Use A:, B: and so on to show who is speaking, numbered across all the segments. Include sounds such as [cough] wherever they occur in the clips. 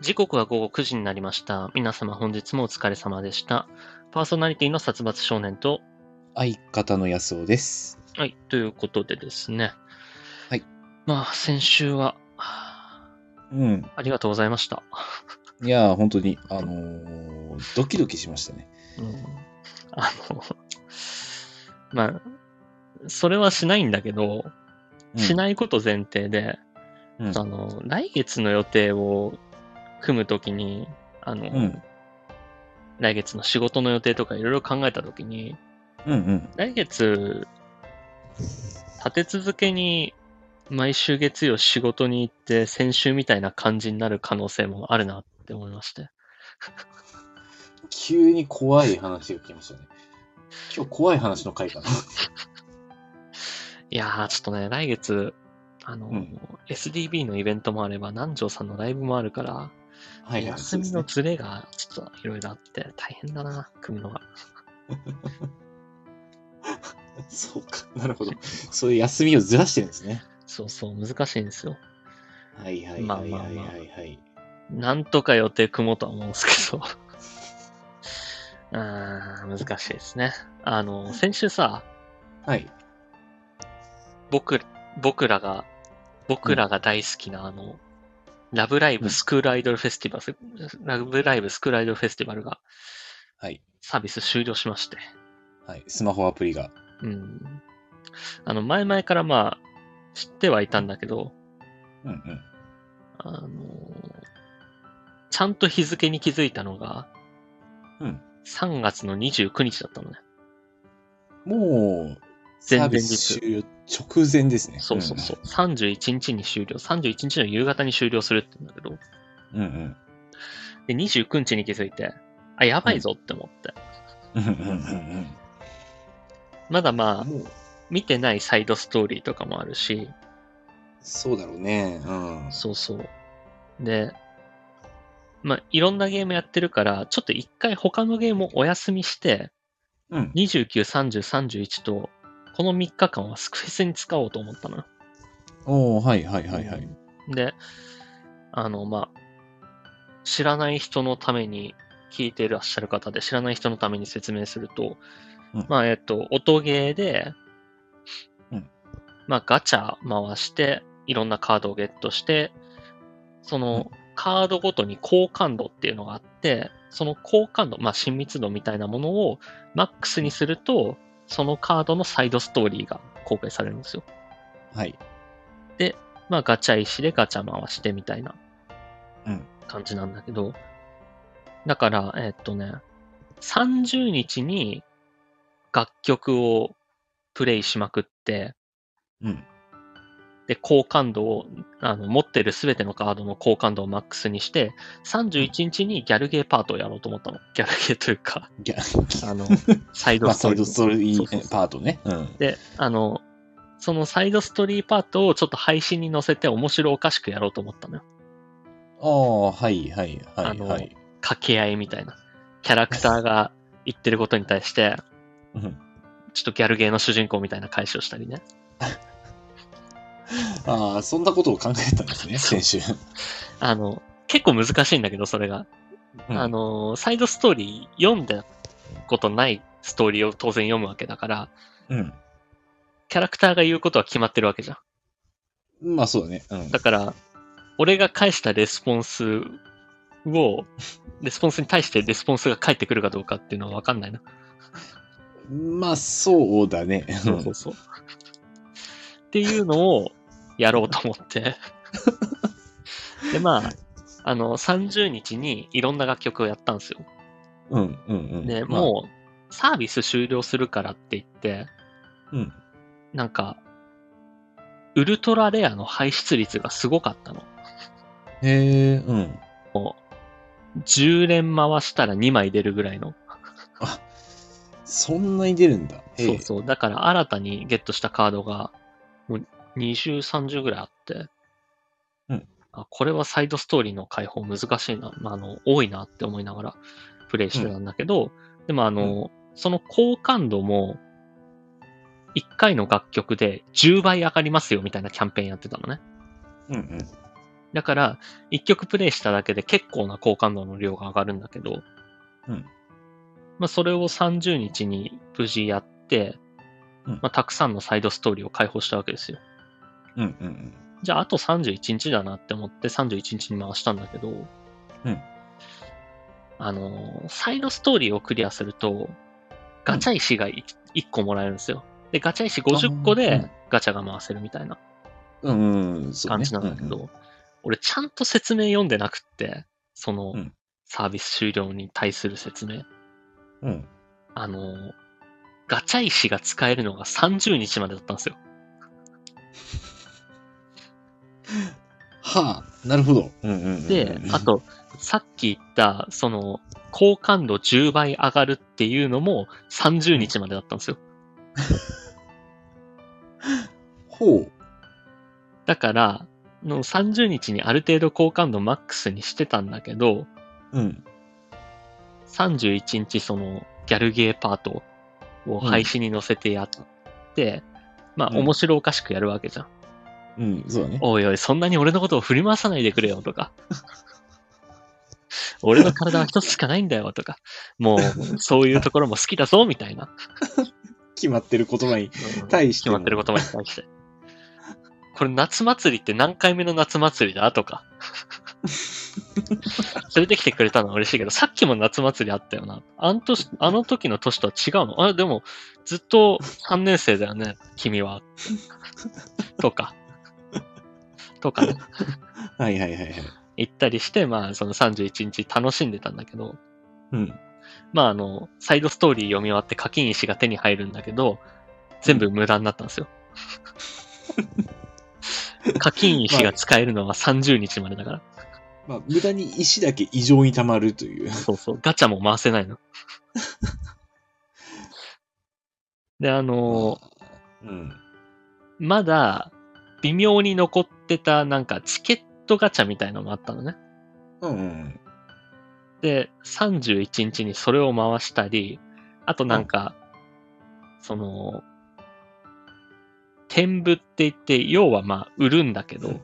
A: 時刻は午後9時になりました。皆様本日もお疲れ様でした。パーソナリティの殺伐少年と、
B: 相方の安尾です。
A: はい、ということでですね。
B: はい。
A: まあ、先週は、は
B: うん
A: あ。ありがとうございました。
B: いやー、本当に、あのードキドキしましたね。
A: うん。あの、 [laughs] まあ、それはしないんだけど、し
B: い。
A: ないこと前提で、
B: うん。
A: あの、来月の予定を組むときに、あの、
B: うん。
A: 来月の仕事の予定とかいろいろ考えたときに、
B: うんうん。
A: 来月、立て続けに毎週月曜仕事に行って、先週みたいな感じになる可能性もあるなって思いまして。
B: 急に怖い話が来ましたね。今日怖い話の回
A: [laughs]
B: かな。
A: いやー、ちょっとね、来月、あの、
B: うん
A: SDB のイベントもあれば、南條さんのライブもあるから、
B: はいはい。
A: 休
B: そうで
A: み
B: すね
A: のズレがちょっといろいろあって、大変だな、組むのが。
B: そうか。なるほど。そういう休みをずらしてるんですね。
A: そうそう、難しいんですよ。
B: はいはい
A: まあ
B: はい
A: まあ
B: はい
A: まあ
B: はいはい。
A: なんとか予定組もうとは思うんですけど。 [laughs] あー難しいですね。あの、先週さ、
B: はい。
A: 僕、僕らが、僕らが大好きなあの、ラブライブスクールアイドルフェスティバル、ラブライブスクールアイドルフェスティバルが
B: はい。
A: サービス終了しまして。
B: はい。スマホアプリが。
A: うん。あの、前々からまあ、知ってはいたんだけど、
B: うんうん。
A: あのーちゃんと日付に気づいたのが、
B: うん
A: 3月の29日だったのね。
B: もう、
A: 前
B: サー
A: 々日
B: ビス終了直前ですね。
A: そうそうそう。31日に終了。31日の夕方に終了するって言うんだけど、
B: うん。うん
A: で、29日に気づいて、あ、やばいぞって思って。
B: うん。うんうんうん
A: まだ
B: うん。
A: まあ、
B: もう、
A: 見てないサイドストーリーとかもあるし、
B: そうだろうね。うん。
A: そうそう。で、まあ、いろんなゲームやってるから、ちょっと一回他のゲームをお休みして、
B: うん。
A: 29、30、31と、この3日間はスクフェスに使おうと思ったのよ。
B: おおはいはいはいはい。
A: で、あの、まあ、知らない人のために、聞いてらっしゃる方で、知らない人のために説明すると、
B: うん
A: まあ、えっと、音ゲーで、
B: うん
A: まあ、ガチャ回して、いろんなカードをゲットして、その、カードごとに好感度っていうのがあって、その好感度、まあ、親密度みたいなものをマックスにすると、そのカードのサイドストーリーが公開されるんですよ。
B: はい。
A: まあ、ガチャ石でガチャ回してみたいな
B: うん
A: 感じなんだけど、だから、えっとね、30日に楽曲をプレイしまくって、
B: うん。
A: で、好感度を、あの、持ってるすべてのカードの好感度をマックスにして、31日にギャルゲーパートをやろうと思ったの。ギャルゲーというか、
B: ギャ
A: あの、サイ
B: [laughs] ま
A: ド
B: あ、
A: ストー
B: サイ
A: リ
B: ド
A: ー。
B: ストーリ
A: そうそうそう
B: ーパートね。うん。
A: で、あの、そのサイドストーリーパートをちょっと配信に載せて面白おかしくやろうと思ったのよ。
B: ああ、はいはいは
A: あ
B: い
A: の
B: はい。
A: 掛け合いみたいな。キャラクターが言ってることに対して、
B: うん
A: ちょっとギャルゲーの主人公みたいな返しをしたりね。
B: ああ、そんなことを考えたんですね、 [laughs] 先週。
A: あの、結構難しいんだけど、それが。
B: うん
A: あの、サイドストーリー読んだことないストーリーを当然読むわけだから、
B: うん。
A: キャラクターが言うことは決まってるわけじゃん。
B: まあそうだね。うん
A: だ。から、俺が返したレスポンスを、レスポンスに対してレスポンスが返ってくるかどうかっていうのはわかんないな。
B: まあそうだね。う
A: そうんそう。っていうのをやろうと思って。で、まあ、あの、30日にいろんな楽曲をやったんですよ。
B: うんうんうん。
A: で、
B: まあ
A: もうサービス終了するからって言って、
B: うん。
A: なんか、ウルトラレアの排出率がすごかったの。
B: へえ、うん。
A: 10連回したら2枚出るぐらいの。
B: あそんなに出るんだ。へえ
A: そうそう。だから新たにゲットしたカードが、もう20、30ぐらいあって。
B: うん
A: あ。これはサイドストーリーの解放難しいな、まあ、あの、多いなって思いながらプレイしてたんだけど、でもあの、その好感度も、1回の楽曲で10倍上がりますよみたいなキャンペーンやってたのね。
B: うんうん。
A: だから、一曲プレイしただけで結構な好感度の量が上がるんだけど、
B: うん
A: まあ、それを30日に無事やって、
B: うん
A: まあ、たくさんのサイドストーリーを解放したわけですよ。
B: うんうん
A: じゃあ、あと31日だなって思って31日に回したんだけど、
B: うん
A: あのー、サイドストーリーをクリアすると、ガチャ石が 1, 個もらえるんですよ。で、ガチャ石50個
B: あーうん
A: でガチャが回せるみたいな
B: うん。うんうん、そう
A: 感
B: ね
A: じなんだけど、
B: うんうん
A: 俺ちゃんと説明読んでなくって、その
B: うん
A: サービス終了に対する説明。
B: うん。
A: あの、ガチャ石が使えるのが30日までだったんですよ。
B: はあ、なるほど。うんうんうんうん
A: で、あ、と、さっき言った、その、好感度10倍上がるっていうのも30日までだったんですよ。
B: ほう。
A: だから、の30日にある程度好感度マックスにしてたんだけど、
B: うん。
A: 31日そのギャルゲーパートを配信に載せてやって、まあ
B: うん
A: 面白おかしくやるわけじゃん。
B: うん、そうだね。
A: おいおい、そんなに俺のことを振り回さないでくれよとか。 [laughs] 俺の体は一つしかないんだよとか。もう、そういうところも好きだぞみたいな。
B: 決まってる言葉に。
A: うん
B: 対し
A: 決
B: ても
A: まってる言葉に対して。これ夏祭りって何回目の夏祭りだとか。連れてきてくれたのは嬉しいけど、さっきも夏祭りあったよな。あの年あの時の年とは違うのあ、でも、ずっと3年生だよね、君は。とか。とかね。
B: はいはいはいはい。
A: 行ったりして、まあ、その31日楽しんでたんだけど、
B: うん。
A: まあ、あの、サイドストーリー読み終わって課金石が手に入るんだけど、全部無駄になったんですよ。課金石が使えるのは30日までだから。
B: まあ、無駄に石だけ異常に溜まるという。
A: そうそう。ガチャも回せないの。で、あの、
B: うん。
A: まだ、微妙に残ってた、なんか、チケットガチャみたいのもあったのね。
B: うんうん。
A: で、31日にそれを回したり、あとなんか、その、転部って言って、要はまあ、売るんだけど、
B: うん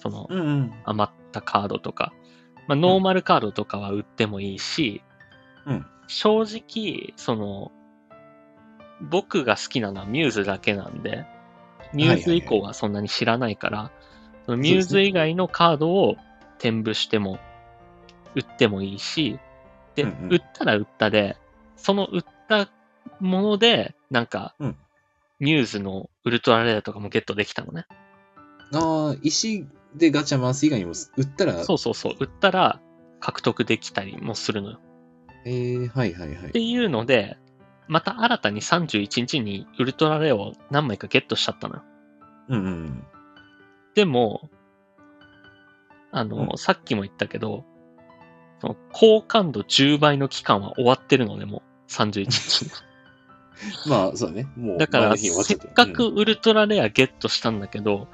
A: その、
B: うんうん。
A: 余ったカードとか、まあ、ノーマルカードとかは売ってもいいし、
B: うん
A: 正直、その、僕が好きなのはミューズだけなんで、ミューズ以降はそんなに知らないから、そのミューズ以外のカードを転布しても、売ってもいいし、で、
B: うんうん
A: 売ったら売ったで、その売ったもので、なんか、
B: うん
A: ミューズのウルトラレアとかもゲットできたのね。
B: ああ、石でガチャ回す以外にも、売ったら、
A: そうそうそう、売ったら獲得できたりもするのよ。
B: えー、はいはいは
A: って
B: い。
A: いうので、また新たに31日にウルトラレアを何枚かゲットしちゃったのよ。
B: うんうん。
A: でも、あの、
B: う
A: さっきも言ったけど、その好感度10倍の期間は終わってるので、もう31日
B: [laughs]
A: に。
B: まあ、そうだね。もう、
A: だか
B: 前の
A: ら、
B: 日に終わ
A: せ
B: ちゃ
A: った
B: よ
A: かく、ウルトラレアゲットしたんだけど、
B: うんうん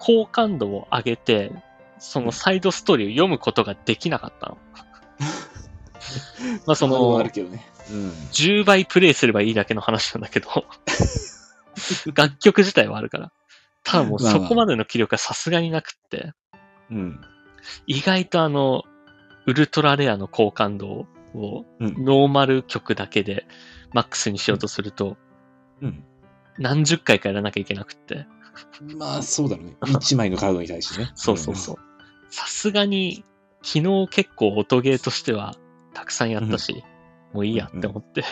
A: 好感度を上げて、そのサイドストーリーを読むことができなかった
B: [laughs]
A: の。まあ、そ
B: 可能は
A: の
B: ある、けどね。うん。
A: 10倍プレイすればいいだけの話なんだ
B: [laughs]
A: けど、楽曲自体はあるから。ただもう
B: まあま
A: そ
B: あ
A: こまでの気力がさすがになくって、
B: うん。
A: 意外とあの、ウルトラレアの好感度を
B: うん。
A: ノーマル曲だけでマックスにしようとすると、
B: うん。
A: 何十回かやらなきゃいけなくって。。
B: まあ、そうだろうね。一枚のカードに対してね
A: [laughs] そうそうそう。さすがに、昨日結構音ゲーとしてはたくさんやったし、もういいやって思 [laughs] って。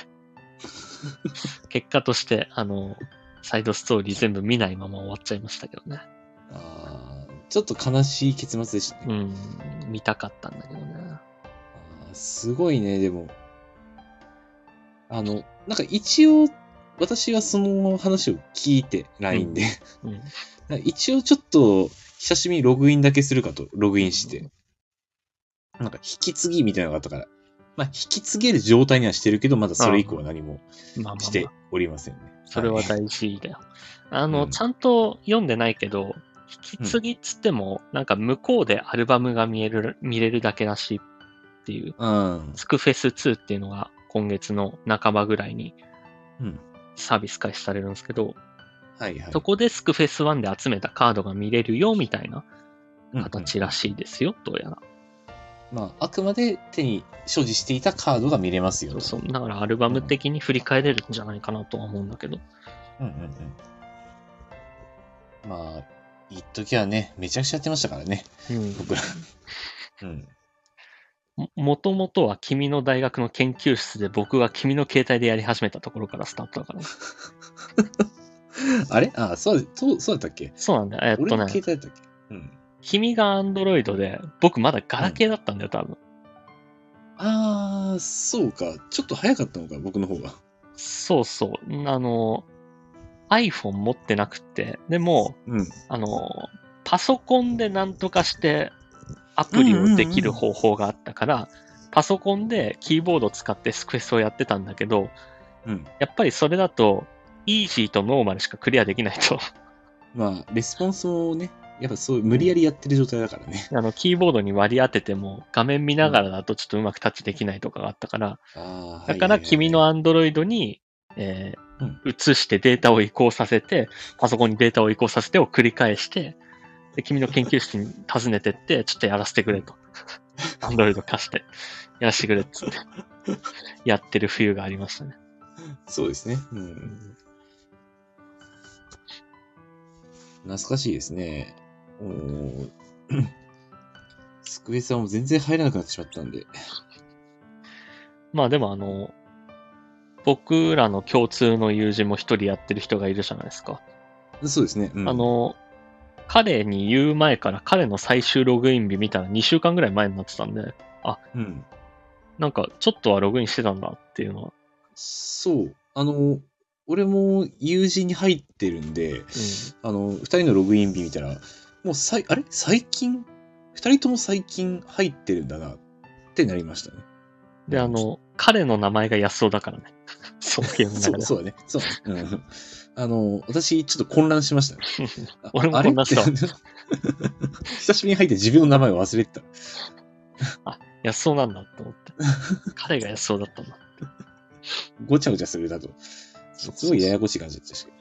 A: 結果として、あの、サイドストーリー全部見ないまま終わっちゃいましたけどね。
B: うん。ああ、ちょっと悲しい結末でしたね。
A: うん、見たかったんだけどね。
B: あーすごいね、でも。あの、なんか一応、私はその話を聞いて、LINE で。
A: うん。
B: [laughs] なんか一応ちょっと、久しぶりにログインだけするかと、ログインして。なんか引き継ぎみたいなのがあったから。まあ、引き継げる状態にはしてるけど、まだそれ以降は何も
A: まあまあ、ま
B: して
A: あ、
B: おりませんね。
A: それはい大事だよ。あの、
B: うん
A: ちゃんと読んでないけど、引き継ぎっつっても、なんか向こうでアルバムが見える、見れるだけらしいっていう。
B: うん。
A: スクフェス2っていうのが今月の半ばぐらいに
B: うん
A: サービス開始されるんですけど、
B: はいはい
A: そ。こでスクフェス1で集めたカードが見れるよみたいな
B: うんうん
A: 形らしいですよ、どうやら。
B: まあ、あくまで手に所持していたカードが見れますよ
A: そう
B: と。
A: そう。だからアルバム的に振り返れるんじゃないかなとは思うんだけど。
B: うんうんうん。まあ、一時はね、めちゃくちゃやってましたからね、
A: うん
B: 僕
A: [laughs]
B: ら。うん。
A: ももともとは君の大学の研究室で僕が君の携帯でやり始めたところからスタートだからね。
B: あれあそうだ、そうそうだったっけ
A: そうなんだよ。えっ
B: 俺
A: と
B: の
A: ね、
B: 携帯だったっけうん。
A: 君がアンドロイドで、僕まだガラケーだったんだよ、多分。
B: あー、そうか。ちょっと早かったのか、僕の方が。
A: そうそう。んあの、iPhone 持ってなくて、でも、
B: うん。
A: あの、パソコンで何とかしてアプリをできる方法があったから、パソコンでキーボードを使ってスクエストをやってたんだけど、
B: うん。
A: やっぱりそれだと、イージーとノーマルしかクリアできないと、 [laughs]
B: まあ、レスポンスもね、やっぱそう、無理やりやってる状態だからね。
A: あの、キーボードに割り当てても、画面見ながらだとちょっとうまくタッチできないとかがあったから、
B: あー
A: だから君、
B: はい
A: の Android に、えー
B: うん
A: 移してデータを移行させて、パソコンにデータを移行させてを繰り返して、で君の研究室に訪ねてって、 [laughs] ちょっとやらせてくれ
B: [laughs]
A: と。Android 貸して、やらせてくれっつ
B: [laughs]
A: って、やってる冬がありましたね。
B: はいはいそうですね。うん。懐かしいですね。おー [clears throat] スクエさんも全然入らなくなってしまったんで。
A: まあでもあの、僕らの共通の友人も一人やってる人がいるじゃないですか。
B: そうですね。うん
A: あ、の、彼に言う前から彼の最終ログイン日見たら2週間ぐらい前になってたんで、
B: うん。
A: なんかちょっとはログインしてたんだっていうのは、
B: そう。あの、俺も友人に入ってるんで、あの、二人のログイン日見たら、もうさい、あれ最近二人とも最近入ってるんだなってなりましたね。
A: で、あの、彼の名前が安尾だからね。 [laughs] そうゲームの
B: [laughs] そ
A: 中
B: う、
A: で。
B: そうだね。そうだね。うんあの、私、ちょっと混乱しましたね。あ
A: [laughs] 俺も混乱した
B: あれって [laughs] 久しぶりに入って自分の名前を忘れてた。
A: 安尾なんだと思っ
B: [laughs]
A: て。彼が安尾だったんだ。
B: ごちゃごちゃするだと。
A: そうそうそう
B: すごいややこしい感じでしたけ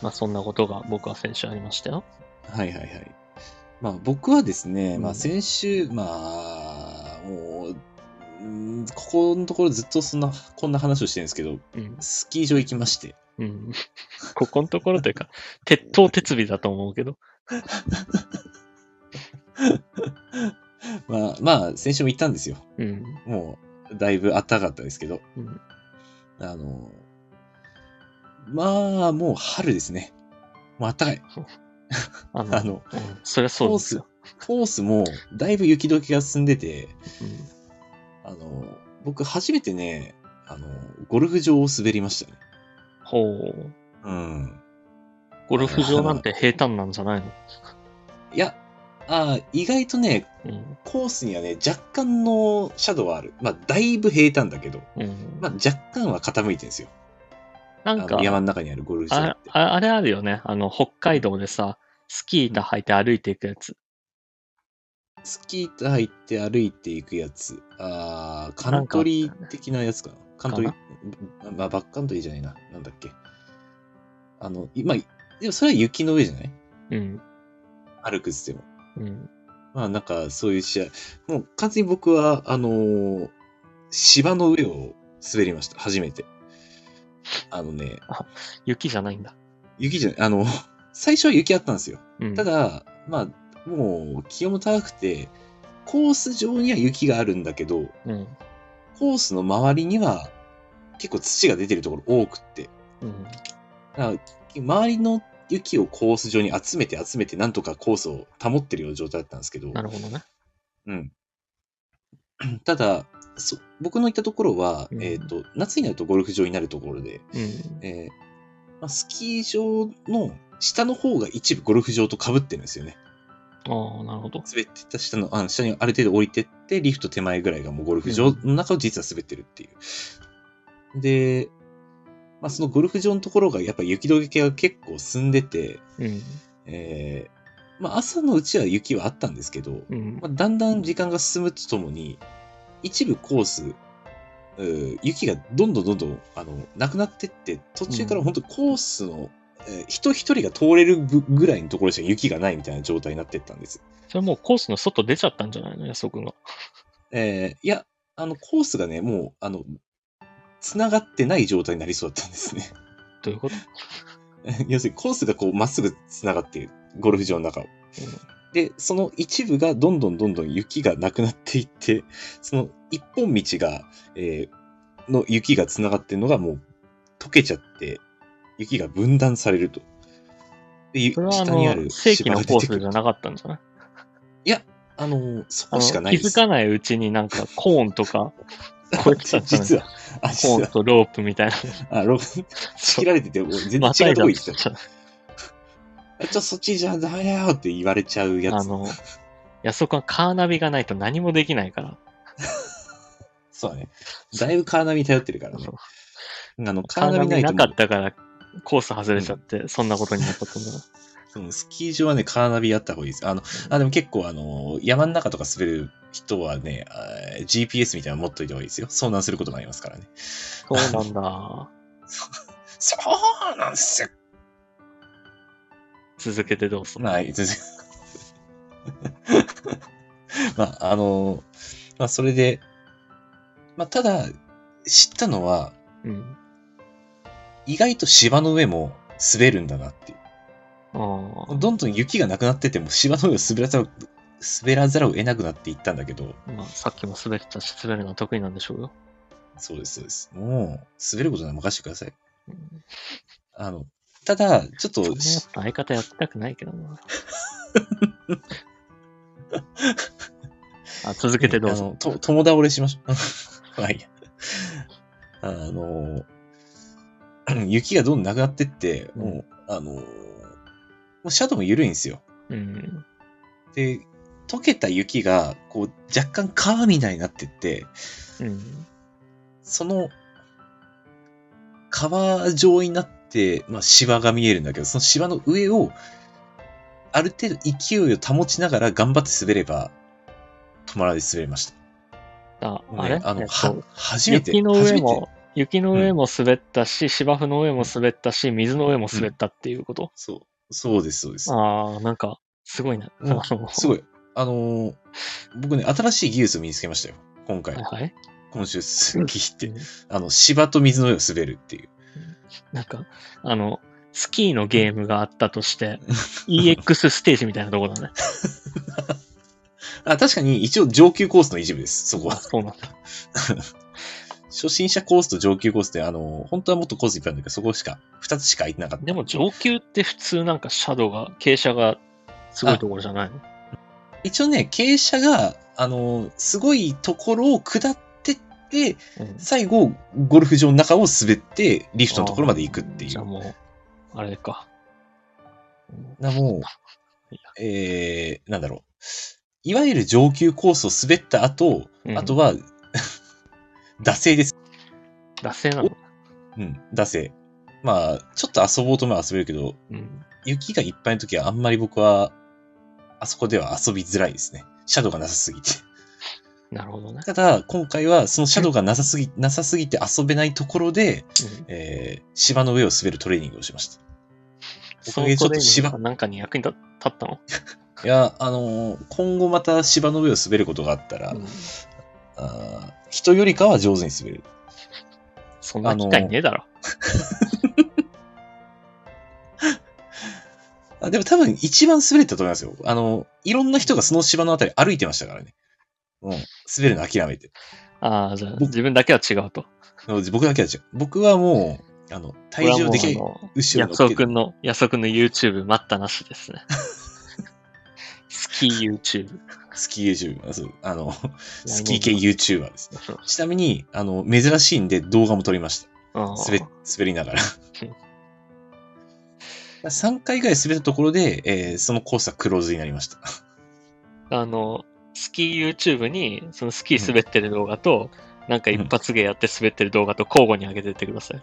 A: まあそんなことが僕は先週ありましたよ。
B: ど。はいはいはい。まあ僕はですね、
A: うん
B: まあ先週、まあ、もう、うんここのところずっとそんな、こんな話をしてるんですけど、
A: うん。
B: スキー場行きまして。 [laughs]
A: うん。ここのところというか、鉄塔鉄尾だと思うけど。
B: まあまあ先週も行ったんですよ。
A: うん。
B: もう、だいぶ暖かかったですけど。
A: うん
B: あの、まあもう春ですね。もう暖かい。
A: あ
B: あの、
A: うんそりゃそう
B: コー
A: です
B: ス
A: よ。、
B: コースもだいぶ雪解けが進んでて、
A: うん
B: あの、僕初めてね、あの、ゴルフ場を滑りましたね。
A: ほう。
B: うん。
A: ゴルフ場なんて平坦なんじゃないの
B: いや、あー意外とね、
A: うん。
B: コースにはね、若干のシャドウはある。まあ、だいぶ平坦だけど、
A: うん。
B: まあ、若干は傾いてるんですよ。
A: な
B: あ
A: ん
B: の
A: か、
B: 山の中にあるゴルフ場っ
A: あ
B: て。
A: ああれあるよね。あの、北海道でさ、スキー板履いて歩いていくやつ。
B: スキーと入って歩いていくやつ。あーカ
A: な
B: ン
A: んかあ
B: ト
A: った
B: リ
A: よね
B: ー的なやつかな。カントリー
A: か、
B: まあ、バックカントリーじゃないな。なんだっけ。あの、いまあ、でもそれは雪の上じゃない
A: うん。
B: 歩くっつっても。
A: うん。
B: まあなんかそういう試合。もう完全に僕は、あのー芝の上を滑りました。初めて。あのね、
A: 雪じゃないんだ。
B: 雪じゃない、あの、 [laughs] 最初は雪あったんですよ。
A: うん。
B: ただ、まあ、もう気温も高くて、コース上には雪があるんだけど、
A: うん。
B: コースの周りには結構土が出てるところ多くって、
A: うん。
B: だから周りの雪をコース上に集めて集めて、なんとかコースを保ってるような状態だったんですけど、
A: なるほどね。
B: うん。ただ、そ僕の行ったところは、
A: うん
B: えっ、と、夏になるとゴルフ場になるところで、
A: うん。
B: えーまあ、スキー場の下の方が一部ゴルフ場と被ってるんですよね。
A: ああ、なるほど。
B: 滑ってった下の、あの下にある程度降りてって、リフト手前ぐらいがもうゴルフ場の中を実は滑ってるっていう。で、まあ、そのゴルフ場のところがやっぱ雪解けが結構進んでて、
A: うん。
B: えーまあ、朝のうちは雪はあったんですけど、
A: うん
B: ま。あ、だんだん時間が進むとともに、一部コース、うー雪がどんどんどんどんあのなくなってって、途中から本当コースのえー人一人が通れるぐぐらいのところしか雪がないみたいな状態になってったんです。
A: それもうコースの外出ちゃったんじゃないの安尾くんが。
B: えーいや、あの、コースがね、もう、あの、繋がってない状態になりそうだったんですね。 [laughs]
A: どういうこと
B: 要するにコースがこう、まっすぐ繋がっている。ゴルフ場の中を。で、その一部がどんどんどんどん雪がなくなっていって、その一本道が、えーの雪が繋がってるのがもう溶けちゃって、雪が分断されると。で、ゆ
A: それはあ
B: 下にある
A: の、正規のコースじゃ
B: い。
A: なかったんじゃない
B: あの、そ
A: あ
B: こ
A: の
B: しかない
A: 気
B: です。
A: づかないうちになんかコーンと
B: [laughs]
A: か、こいつだったんです
B: 実は、
A: コ
B: あ、実
A: ーン
B: は、
A: とロープみたいな。
B: あ、ロープ、仕切られてて、俺全然違うとこ行っちゃった。あちょっとそっちじゃダメだよって言われちゃうや
A: あ
B: つ。
A: の、安岡はカーナビがないと何もできないから。
B: そうだね。だいぶカーナビ頼ってるからね。あの、
A: カ
B: カ
A: ー
B: ー
A: ナ
B: ナビな
A: ビ
B: い
A: な
B: と
A: か
B: も
A: ったから、コース外れちゃって、そんなことになったと思う。
B: う、うん、スキー場はね、カーナビあった方がいいです。あの、あ、でも結構あの、山の中とか滑る人はね、あー GPS みたいなの持っといた方がいいですよ。遭難することもありますからね。 [laughs]
A: そうなんだ。
B: そうなんすよ。
A: 続けてどうする
B: はい、全然。 [laughs] まあ、あの、まあ、それで、まあ、ただ、知ったのは、
A: うん。
B: 意外と芝の上も滑るんだなっていう。
A: あー
B: どんどん雪がなくなってても芝の上を滑らざる滑らざるを得なくなっていったんだけど、
A: まあ、さっきも滑ってたし、滑るのは得意なんでしょうよ。
B: そうです、そうです。もう、滑ることなら任せてください。
A: うん
B: あの、ただ、ちょっ
A: そん
B: と
A: なや、つと相方やってたくないけど
B: [laughs]
A: な。あ続けてどうぞ。
B: あのと友倒れしましょう。 [laughs] はいや。あの、 [clears throat] 雪がどんどんなくなってって、もう、あの、もうシャドウも緩いんですよ。
A: うん。
B: で、溶けた雪が、こう、若干川みたいになってって、
A: うん。
B: その、川状になって、まあ、芝が見えるんだけど、その芝の上を、ある程度勢いを保ちながら頑張って滑れば、止まらず滑れました。
A: あ
B: も
A: あ
B: う
A: れ
B: ねあ
A: え
B: の、
A: っ
B: は
A: と、
B: 初めて。
A: 雪の
B: 初
A: 上
B: めて
A: も、雪の上も滑ったし、芝生の上も滑ったし、水の上も滑ったっていうこと、
B: そう、そうです、そうです。
A: ああ、なんか、すごいな。
B: うん
A: [laughs] あの
B: すごい。あのー僕ね、新しい技術を身につけましたよ。今回
A: はい、はい。
B: 今週、スキーって
A: うん、
B: あの、芝と水の上を滑るっていう。
A: なんか、あの、スキーのゲームがあったと [laughs] して、EX ステージみたいなとこだね。
B: あ、確かに一応上級コースの一部です、そこは。
A: そうなんだ。
B: 初心者コースと上級コースって、あのー本当はもっとコースいっぱいあるんだけど、そこしか、二つしか空いてなかった。
A: でも上級って普通なんかシャドウが、傾斜がすごいところじゃないの
B: 一応ね、傾斜が、あのーすごいところを下ってって、
A: うん
B: 最後、ゴルフ場の中を滑って、リフトのところまで行くってい
A: じゃあ
B: う。
A: もう、あれか。
B: な、もう
A: い、
B: えー、なんだろう。いわゆる上級コースを滑った後、
A: うん
B: あとは、 [laughs] 惰性です。
A: 惰性なの
B: うん、惰性。まあ、ちょっと遊ぼうとも遊べるけど、
A: うん。
B: 雪がいっぱいの時はあんまり僕は、あそこでは遊びづらいですね。シャドウがなさすぎて。
A: なるほどね。
B: ただ、今回はそのシャドウがなさすぎ、なさすぎて遊べないところで、
A: うん
B: えー、芝の上を滑るトレーニングをしました。お
A: そ
B: か
A: の
B: げでちょ
A: ト
B: っ
A: レー
B: と
A: ニン
B: 芝
A: グかなんかに役に立立ったの、
B: いや、あのー今後また芝の上を滑ることがあったら、
A: うん
B: あー人よりかは上手に滑る。
A: そんな機会ねえだろ。
B: あでも多分一番滑れたと思いますよ。あの、いろんな人がその芝のあたり歩いてましたからね。うん。滑るの諦めて。
A: ああー、じゃあ
B: 僕
A: 自分だけは違うと。
B: なので僕だけは違う。僕はもう、あの、体重でけえ
A: これはもうあの
B: 後ろに
A: 安
B: 乗っ
A: 尾
B: けて
A: くんの、安尾くんの YouTube 待ったなしですね。 [laughs] スキー YouTube。
B: スキー YouTuber そう。あの、スキー系 YouTuber です。
A: そう
B: ちなみに、あの、珍しいんで動画も撮りました。
A: あー
B: 滑滑りながら
A: うん。 [laughs]
B: 3回ぐらい滑ったところで、えーそのコースはクローズになりました。 [laughs]
A: あの、スキー YouTube に、そのスキー滑ってる動画と、なんか一発芸やって滑ってる動画と交互に上げてってください。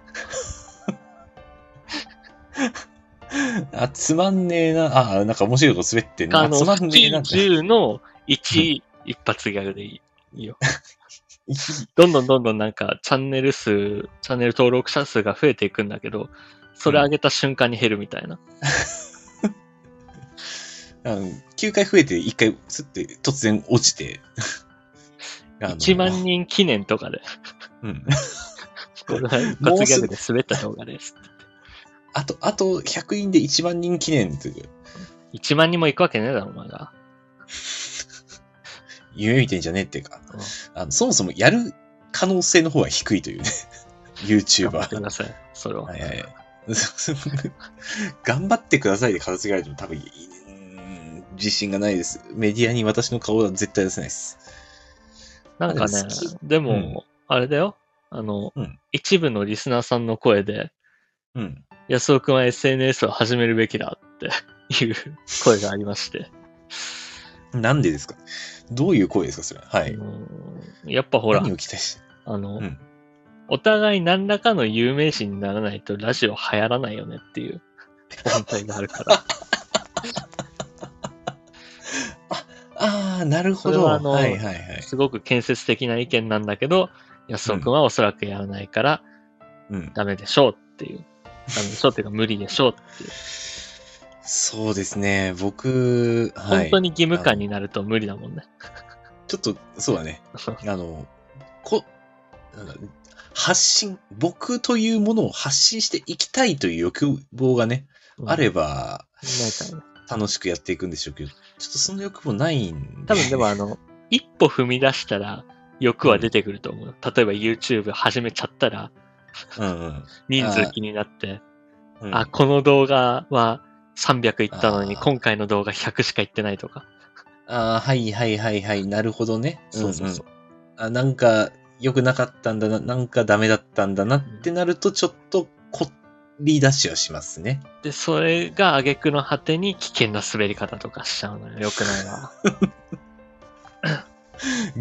B: あ、つまんねえな。あ、なんか面白いこと滑ってん
A: あ
B: な。
A: の、
B: つま
A: ス
B: んね
A: キ
B: えな
A: ー
B: って。
A: 10の1、一発ギャグでいいいいよ。どんどんどんどんなんか、チャンネル数、チャンネル登録者数が増えていくんだけど、それ上げた瞬間に減るみたいな。
B: [laughs] あの9回増えて1回すって突然落ち
A: [laughs]
B: てあの
A: 1万人記念とかで、
B: うん
A: これは一発ギャグで滑った動画です。
B: あとあと100人で1万人記念という
A: 1万人も行くわけねえだろ、お前が。
B: 夢見てんじゃねえっていうか
A: うん
B: あのそもそもやる可能性の方が低いというね [laughs] YouTuber
A: 頑張ってください、それは。
B: はいはい [laughs] はい。頑張ってくださいで片付けられても多分、うーん自信がないです。メディアに私の顔は絶対出せないです。
A: なんかね
B: あでも好、
A: でも、
B: うん
A: あれだよ。あの、
B: うん
A: 一部のリスナーさんの声で、
B: うん。
A: 安尾くんは SNS を始めるべきだって [laughs] いう声がありまして。
B: なんでですかどういう声ですかそれは。は
A: あ
B: い。
A: のやっぱほら
B: 何、を期待して。
A: あの、
B: うん
A: お互い何らかの有名人にならないとラジオ流行らないよねっていう問題がある
B: [laughs]
A: から。
B: ああ、なるほ
A: それ
B: ど。
A: はあの
B: はいはいはい。
A: すごく建設的な意見なんだけど、安尾くんはおそらくやらないから
B: うん。
A: ダメでしょうっていう。ダメでしょうっていうか無理でしょうっていう。
B: そうですね。僕、は
A: 本
B: い
A: 当。に義務感になると無理だもんね。
B: ちょっと、そ
A: [laughs]
B: うだね。あの、こ、なんか、発信、僕というものを発信していきたいという欲望がね、あれ
A: ば。
B: ば、
A: ないからね
B: 楽しくやっていくんでしょうけど、ちょっとその欲もないんで。
A: 多分でもあ
B: [laughs]
A: の、一歩踏み出したら欲は出てくると思う。例えば YouTube 始めちゃったら
B: うんうん。
A: 人数気になって、
B: うん、
A: あこの動画は300いったのに
B: あー
A: 今回の動画100しかいってないとか。
B: あー、はいはいはいはい、なるほどね。
A: そうそうそう。
B: うんうんあ、なんか、良くなかったんだな、なんかダメだったんだなってなると、ちょっと、こり出しはしますね。
A: で、それが挙句の果てに危険な滑り方とかしちゃうのよ。良くないわ。
B: [laughs]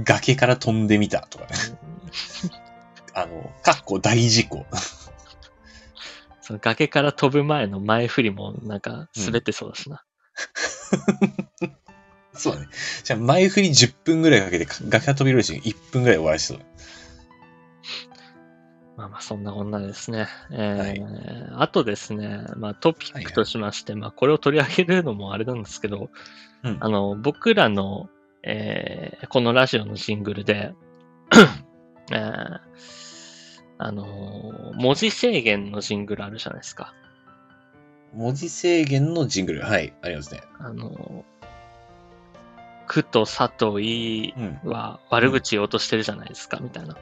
B: 崖から飛んでみたとかね。
A: うん
B: あの、かっこ大事故。
A: その崖から飛ぶ前の前振りもなんか滑ってそうだしな。
B: そうだね。じゃあ、前振り10分ぐらいかけて、か崖から飛び降りるし、1分ぐらいで終わらしそう。
A: まあまあそんなこんなですね。えー
B: はい
A: あとですね、まあトピックとしまして、まあこれを取り上げるのもあれなんですけど、
B: うん
A: あ。の、僕らの、えーこのラジオのジングル
B: [coughs]
A: で、えーあのー文字制限のジングルあるじゃないですか。
B: 文字制限のジングル。はい、ありますね。
A: あのーくとさとい
B: うん。
A: は悪口言おうとしてるじゃないですか、みたいな。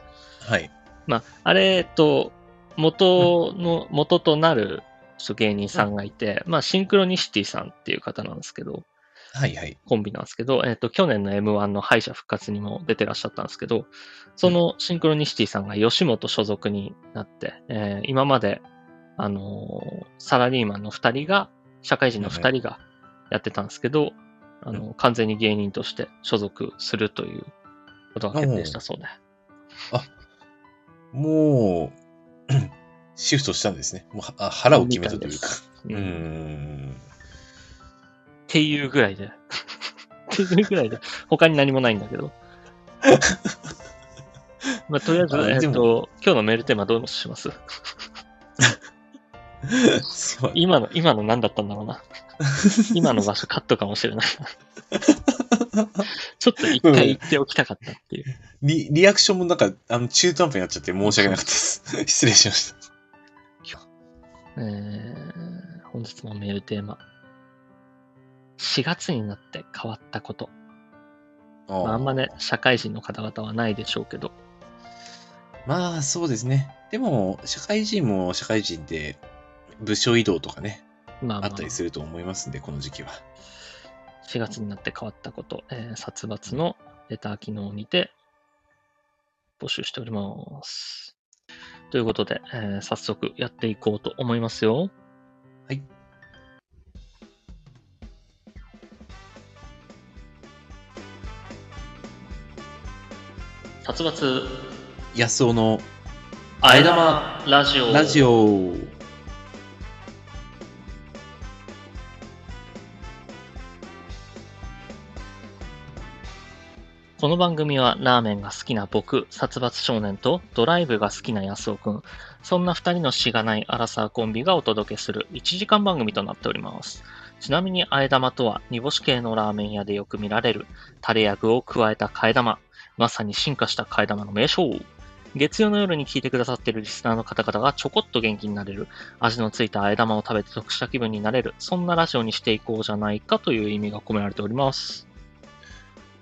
B: はい。
A: まあ、あれ、えっと、元の、元となるちょっと芸人さんがいて、まあ、シンクロニシティさんっていう方なんですけど、
B: はいはい。
A: コンビなんですけど、えっ、と、去年の M1 の敗者復活にも出てらっしゃったんですけど、そのシンクロニシティさんが吉本所属になって、えー今まで、あのーサラリーマンの2人が、社会人の2人がやってたんですけど、あの、完全に芸人として所属するということが決定したそうで。
B: もう、 [coughs] シフトしたんですね。もうはあ腹を決めたというか。う
A: う
B: ー
A: ん
B: ん。 [laughs]
A: っていうぐらいで。っていうぐらいで。他に何もないんだけ
B: [laughs]
A: ど。まあ、とりあえず、
B: あ
A: え
B: で
A: っ
B: も
A: と、今日のメールテーマどうします
B: そう
A: 今の、今の何だったんだろう
B: [laughs]
A: な。今の場所カットかもしれない。
B: [laughs]
A: ちょっと一回言っておきたかったっていう。
B: リリアクションもなんか、あの、中途半端になっちゃって申し訳なかったです。 [laughs] 失礼しました。
A: えー本日のメールテーマ。4月になって変わったこと。
B: あ
A: まあ、あんまね。、社会人の方々はないでしょうけど。
B: まあ、そうですね。でも、社会人も社会人で、部署移動とかね、
A: まあ、
B: あ
A: まあ
B: っ、たりすると思いますんで、この時期は。
A: 4月になって変わったこと、えー殺伐のレター機能にて募集しております。ということで、えー早速やっていこうと思いますよ。
B: はい。
A: 殺伐、
B: 安尾の
A: あえ玉ラジオ。
B: ラジオ。
A: この番組はラーメンが好きな僕、殺伐少年とドライブが好きな安尾くん、そんな二人のしがないアラサーコンビがお届けする1時間番組となっております。ちなみに、あえ玉とは煮干し系のラーメン屋でよく見られる、タレや具を加えた替え玉、まさに進化した替え玉の名称。月曜の夜に聞いてくださっているリスナーの方々がちょこっと元気になれる、味のついたあえ玉を食べて得した気分になれる、そんなラジオにしていこうじゃないかという意味が込められております。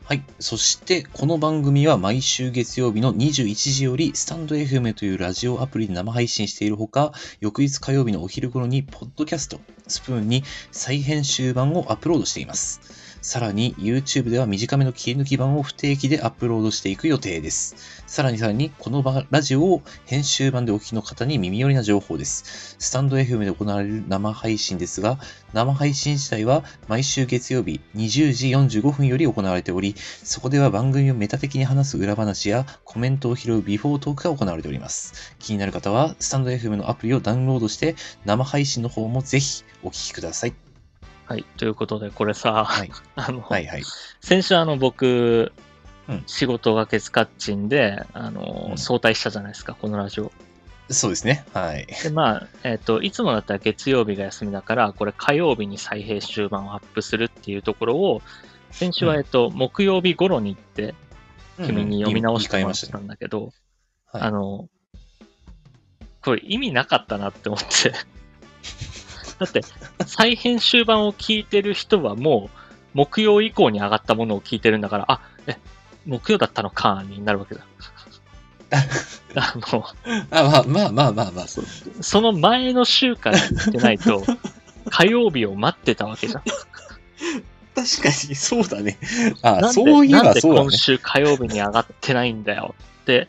B: はい。そして、この番組は毎週月曜日の21時より、スタンド FM というラジオアプリで生配信しているほか、翌日火曜日のお昼頃に、ポッドキャスト、スプーンに再編集版をアップロードしています。さらに、YouTube では短めの切り抜き版を不定期でアップロードしていく予定です。さらにさらに、このばラジオを編集版でお聞きの方に耳寄りな情報です。スタンド FM で行われる生配信ですが、生配信自体は毎週月曜日20時45分より行われており、そこでは番組をメタ的に話す裏話やコメントを拾うビフォートークが行われております。気になる方は、スタンド FM のアプリをダウンロードして、生配信の方もぜひお聞きください。
A: はい。ということで、これさ、
B: はい。
A: [laughs] あの、
B: はいはい。
A: 先週あの僕、
B: うん
A: 仕事がケツカッチンで、あの、
B: うん
A: 早退したじゃないですか、このラジオ。
B: そうですね。はい。
A: で、まあ、えっ、と、いつもだったら月曜日が休みだから、これ火曜日に再編集版をアップするっていうところを、先週は、
B: うん
A: えっと、木曜日頃に行って、君に読み直してもらっ
B: うん
A: た
B: うん
A: んだけど、
B: はい
A: あの、これ意味なかったなって思って。 [laughs] だって、再編集版を聞いてる人はもう、木曜以降に上がったものを聞いてるんだから、あ、え、木曜だったのか、になるわ
B: [laughs]
A: けだ。あの、
B: 言いましたねあ、まあまあまあまあまあ、そう。
A: その前の週から行ってない
B: [laughs]
A: と、火曜日を待ってたわけじゃん。
B: 確かに、そうだね。あ、
A: なんで
B: そういえ
A: なん
B: ば
A: で
B: そうだ
A: 今
B: ね。
A: 週火曜日に上がってないんだよって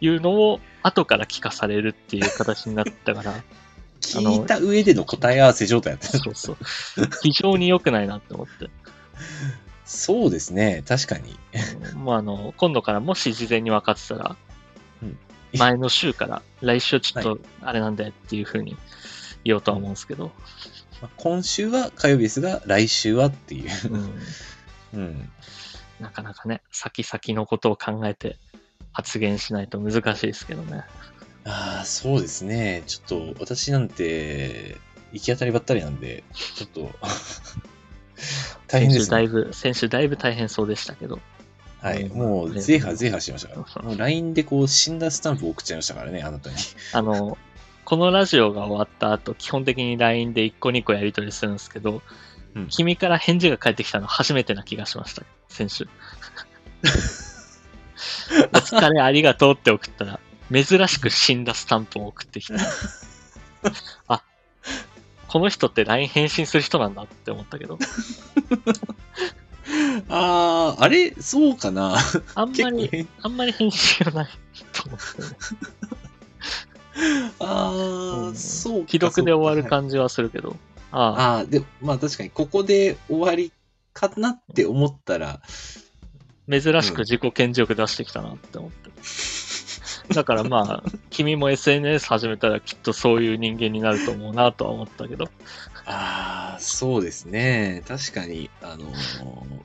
A: いうのを後から聞かされるっていう形になったから、あの
B: 聞いた上での答え合わせ状態だっ
A: [laughs]
B: た。
A: そうそう。非常に良くないなって思って。
B: そうですね。確かに。
A: もうあの、今度からもし事前に分かってたら
B: うん、
A: 前の週から来週ちょっとあれなんだよっていうふうに言おうとは思うんですけど、
B: まあ今週は火曜日ですが、来週はっていう。
A: うん
B: うん。
A: なかなかね、先々のことを考えて発言しないと難しいですけどね。
B: ああ、そうですね。ちょっと、私なんて、行き当たりばったりなんで、ちょっと、 [laughs] 大変
A: 先
B: で
A: 週
B: す
A: だ
B: ね。
A: いぶ、先週だいぶ大変そうでしたけど、
B: はい。
A: うん
B: もう、ゼーハーゼーハーしてましたから。
A: そう
B: もう LINE でこう、死んだスタンプ送っちゃいましたからね、あなたに。 [laughs]
A: あの、このラジオが終わった後、基本的に LINE で1個2個やり取りするんですけど、
B: うん
A: 君から返事が返ってきたの初めてな気がしました、先
B: [laughs]
A: 週。お疲れありがとうって送ったら、珍しく死んだスタンプを送って
B: [laughs]
A: きた。あ、この人って LINE 返信する人なんだって思ったけど、
B: ああ、あれそうかな
A: あん
B: 結
A: ま
B: 構
A: り、
B: 変、
A: あんまり返信がないと思ってね、
B: あ
A: う
B: あ、
A: ん
B: そうか。
A: 既読で終わる
B: そうか。
A: 感じはするけど、ああ、
B: ああー、で、まあ確かに、ここで終わりかなって思ったら、
A: 珍しく自己顕示欲出してきたなって思って。だからまあ、君も SNS 始めたらきっとそういう人間になると思うなとは思ったけど、
B: ああ、そうですね。確かに、あのー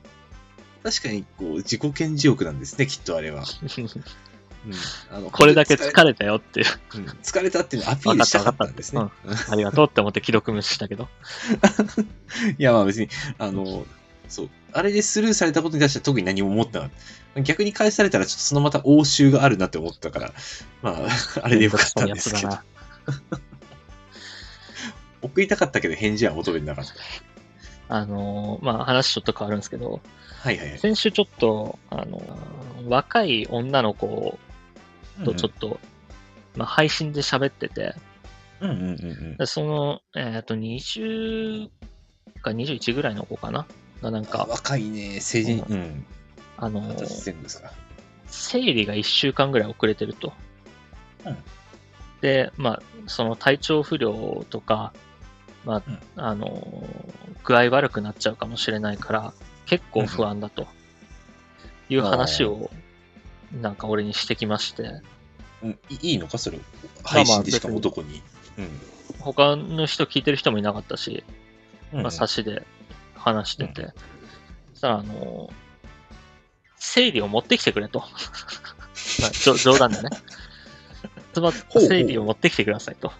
B: 確かに、こう、自己顕示欲なんですね、きっとあれは。うん、あの
A: これだけ
B: 本
A: 疲れたよっていう、
B: 当に疲れ,、うん、疲れたっていうのをアピールしたかったんですね。
A: わありがとうって思って既読無視したけど、
B: うんいや、まあ別に、あのーそう、あれでスルーされたことに対しては特に何も思ってなかった。逆に返されたら、ちょっとそのまた応酬があるなって思ったから、まあ、 [laughs] あれでよかったんですけど
A: め、どくさいや
B: 送りたかったけど返事は求めてなかった。
A: つだな。あのーまあ話ちょっと変わるんですけど、
B: はいはいはい。
A: 先週ちょっと、あのー若い女の子とちょっと、まあ配信で喋ってて、
B: うんうんうんうん。
A: でその、えっ、と、20か21ぐらいの子かながなん
B: あ
A: か、
B: 若いね、成人、うん、
A: あの
B: 二
A: ー
B: 十歳前後ですか。
A: 生理が1週間ぐらい遅れてると。
B: うん
A: で、まあ、その体調不良とか、まあ、
B: うん
A: あのー、具合悪くなっちゃうかもしれないから、結構不安だと。いう話を、なんか俺にしてきまして、
B: うん、いいいのかそれ配信でしかも男に、
A: 他の人聞いてる人もいなかったし、
B: うん
A: まあ、差しで話してて、そしたら、あのー整理を持ってきてくれと。ま [laughs] あ、
B: [laughs]
A: 冗冗談でね。つまり
B: ほう
A: 整理を持ってきてくださいと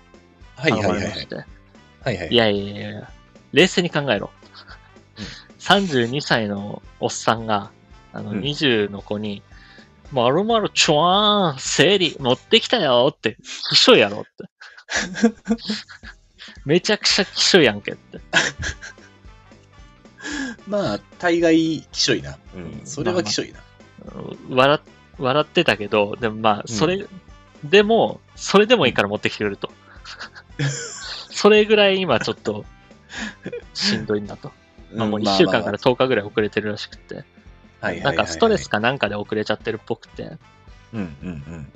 B: はい
A: 頼
B: はい
A: ま
B: はい
A: れま
B: はい
A: し。て。
B: はいはい
A: いやいやいやいや、冷静に考えろ
B: うん。
A: 32歳のおっさんが、あの、
B: うん
A: 20の子に、まるまるちょわーん、整理持ってきたよって、きしょいやろって。
B: [laughs]
A: めちゃくちゃきしょいやんけって。
B: まあ、大概、きしょいな。うん。それはきしょいな。
A: 笑、笑ってたけど、でもまあ、それ、でも、それでもいいから持ってきてくれる [laughs] と。それぐらい今ちょっと、しんどいんだと。まあ、もう1週間から10日ぐらい遅れてるらしくて。なんかストレス
B: か。
A: かなんかで遅れちゃってるっぽくて、
B: うんうん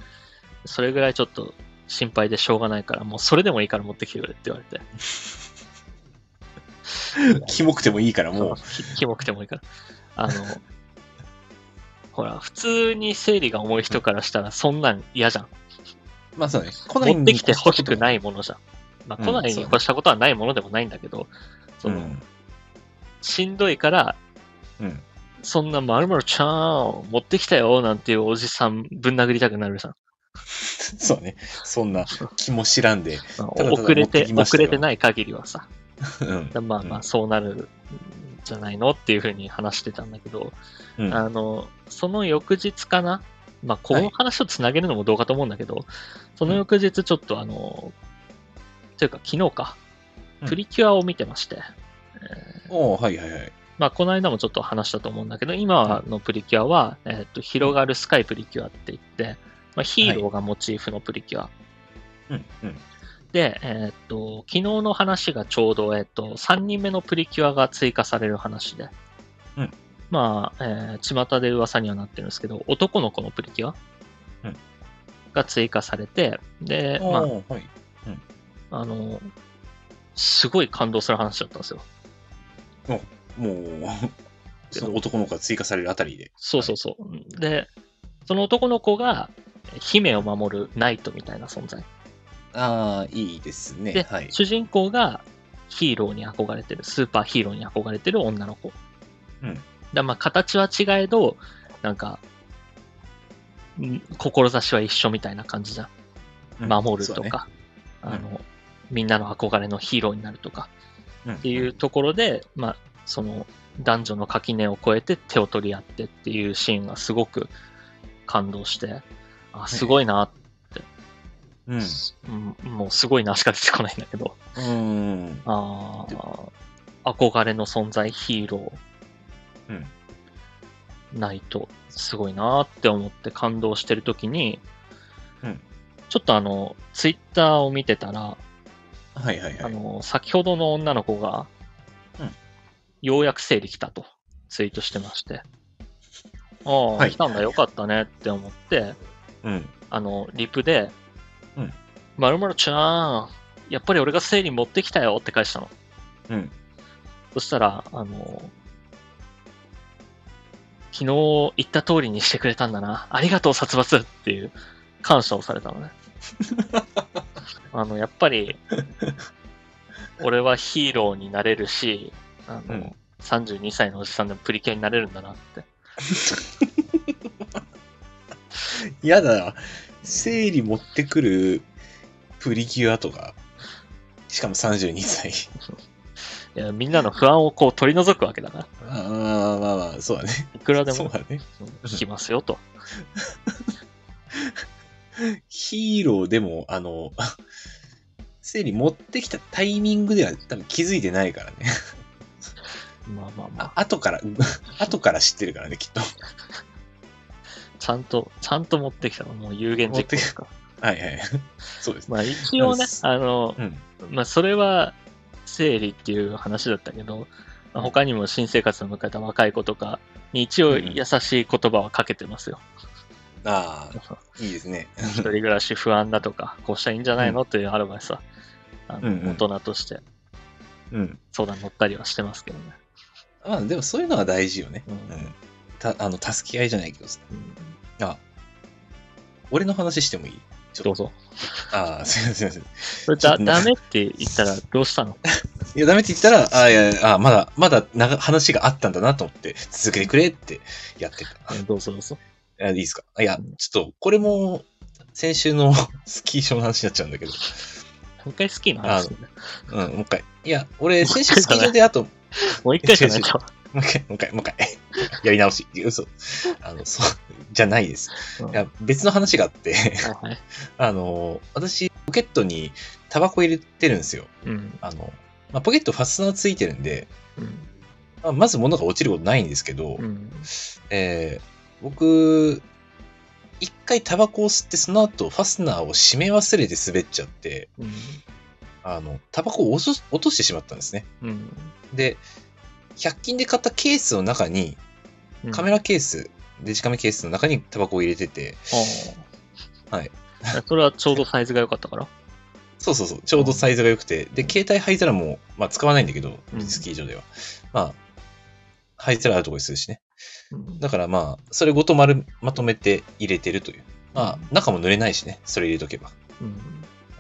A: それぐらいちょっと心配でしょうがないから、もうそれでもいいから持ってきてくれって言われて、
B: うん。 [laughs] キモくてもいいから、もう。
A: きキモくてもいいから。 [laughs] あの、ほら、普通に生理が重い人からしたらそんなん嫌じゃん。
B: まあそうね。来ない
A: 持ってきて欲しく
B: い。
A: ないものじゃん。まあ、
B: うん
A: 来ないに越したことはないものでもないんだけど、そうの、
B: ん。
A: しんどいから、
B: うん。
A: そんな〇〇ちゃんを持ってきたよなんていうおじさんぶん殴りたくなるじゃん。
B: [laughs] そうね。そんな気も知らんで。
A: まあ
B: ただただ
A: 遅れ
B: 持って
A: て、
B: きまし
A: 遅
B: たよ
A: れてない限りはさ。
B: う
A: [laughs]
B: ん
A: で。まあま
B: う
A: あ
B: ん
A: そうなるんじゃないのっていうふうに話してたんだけど、
B: うん
A: あのその翌日かな、まあ、こ
B: は
A: の
B: い
A: 話をつなげるのもどうかと思うんだけど、その翌日ちょっとあの、というか昨日か
B: う、ん
A: プリキュアを見てまして、
B: おーはいはいはい。
A: まあ、この間もちょっと話したと思うんだけど、今のプリキュアは、えっと広がるスカイプリキュアって言って、まあ、ヒーローがモチーフのプリキュア。
B: うんうん。
A: で、えっと昨日の話がちょうど、えっと3人目のプリキュアが追加される話で、
B: うん
A: まあ、えー巷で噂にはなってるんですけど男の子のプリキュア、
B: うん
A: が追加されてで、
B: お
A: ま
B: ーはい。
A: あ、あのすごい感動する話だったんですよ [laughs]
B: もう、その男の子が追加されるあたりで。
A: そうそうそう、でその男の子が姫を守るナイトみたいな存在
B: ああ、いいですね。
A: で、
B: はい。
A: 主人公がヒーローに憧れてる、スーパーヒーローに憧れてる女の子。
B: うん
A: だまあ、形は違えど、なんか、ん志は一緒みたいな感じじゃ
B: うん
A: ん。守ると。
B: そうだね
A: か、
B: うん
A: あの、みんなの憧れのヒーローになるとか
B: うん
A: っていうところで、まあ、その男女の垣根を越えて手を取り合ってっていうシーンがすごく感動して、あ、すごいな、
B: うん。
A: うんもうすごいなしか出てこないんだけど、
B: うん。うん
A: ああ、憧れの存在、ヒーロ
B: うん。
A: ー、ナイト、すごいなーって思って感動してるときに、
B: うん
A: ちょっとあの、ツイッターを見てたら、
B: はいはい
A: あ
B: はい。
A: の、先ほどの女の子が、
B: うん
A: ようやく生理来たとツイートしてまして、ああ、
B: はい
A: 来たんだよかったねって思って、
B: うん。
A: あの、リプで、
B: うん
A: まるまるちゃん、やっぱり俺が生理持ってきたよって返したの。
B: うん。
A: そしたら、あの、昨日言った通りにしてくれたんだな。ありがとう、殺伐っていう感謝をされたの
B: [laughs]
A: ね。あの、やっぱり、俺はヒーローになれるし、あの、
B: うん
A: 32歳のおじさんでもプリキュアになれるんだなって。
B: やだ。生理持ってくるプリキュアとか。しかも32歳。
A: いやみんなの不安をこう取り除くわけだから。
B: ああ、まあまあ、そうだね。
A: いくらで
B: そう
A: も
B: だね。
A: 聞きますよと。
B: ヒーローでも、あの、生理持ってきたタイミングでは多分気づいてないからね。
A: まあまあま
B: あ
A: あ、
B: 後から、 [laughs] 後から知ってるからね、きっと。
A: ちゃんと、ちゃんと持ってきたのもう有言実行ですから。
B: はいはい。そうですね。
A: まあ一応ね、あの、
B: うん。
A: まあ、それは生理っていう話だったけど、まあ他にも新生活を迎えた若い子とかに一応優しい言葉はかけてますよ。
B: ああ、いいですね。
A: 一人暮らし不安だとか、こうしたらいいんじゃないのというアドバイスは、あの
B: うんうん
A: 大人として
B: うん。
A: 相談乗ったりはしてますけどね。
B: まあでもそういうのは大事よね。
A: うん
B: うん。た、あの、助け合いじゃないけどさ。
A: うん
B: あ、俺の話してもいいちょ
A: ど
B: っ
A: うぞ。
B: と。ああ、すいません、すいま
A: それだ
B: ちょっとな
A: ダメって言ったらどうした
B: [laughs]
A: の
B: せん。いや、ダメって言ったら、ああ、いや、ああ、まだ、まだ長、話があったんだなと思って、続けてくれってやってた。
A: うんどうぞどうぞ。
B: あいいですかいや、ちょっと、これも、先週の [laughs] スキー場の話になっちゃうんだけど、
A: もう一回スキーの話するね。
B: うん、もう一回。いや、俺、先週スキー場で、あと、も
A: もう一回じゃないと。
B: う一回、もう一回、もう一回。やり直し。いや嘘。あの、そう、じゃないです。
A: うん
B: い [laughs] や、別の話があって、 [laughs]
A: はいはい
B: あの、私、ポケットにタバコ入れてるんですよ。
A: うん
B: あの、まあ、ポケットファスナーついてるんで、
A: うん
B: まあ、まず物が落ちることないんですけど、
A: うん
B: えー僕、一回タバコを吸って、その後ファスナーを閉め忘れて滑っちゃって、
A: うん
B: あの、タバコを落と落としてしまったんですね。
A: うん
B: で、100均で買ったケースの中に、
A: うん
B: カメラケース、デジカメケースの中にタバコを入れてて、
A: ああ
B: はい。
A: [laughs] それはちょうどサイズが良かったから。
B: そうそうそう、ちょうどサイズが良くて、で、携帯灰皿も、まあ、使わないんだけど
A: う、ん
B: スキー場では。まあ、灰皿あるとこにするしね。
A: うん
B: だからまあ、それごと丸まとめて入れてるという。まあ、中も濡れないしね、それ入れとけば。
A: うん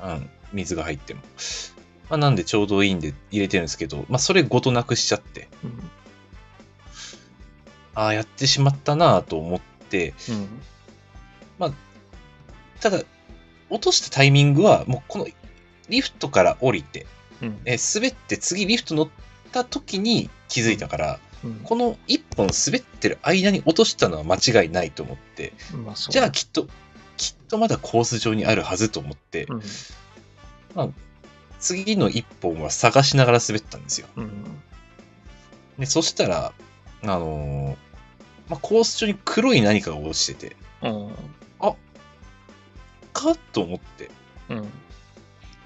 B: うん、水が入っても。まあ、なんでちょうどいいんで入れてるんですけど、まあ、それごとなくしちゃって、
A: うん
B: ああ、やってしまったなぁと思って、
A: うん
B: ただ、落としたタイミングは、もうこの、リフトから降りて、
A: うん
B: え滑って次リフト乗った時に気づいたから、
A: うん
B: この1本滑ってる間に落としたのは間違いないと思って、
A: まあそう
B: じゃあきっと、きっとまだコース上にあるはずと思って、
A: うん
B: 次の一本は探しながら滑ったんですよ。
A: うん
B: で、そしたら、あのーまあ、コース上に黒い何かが落ちてて、
A: うん
B: かと思って。
A: うん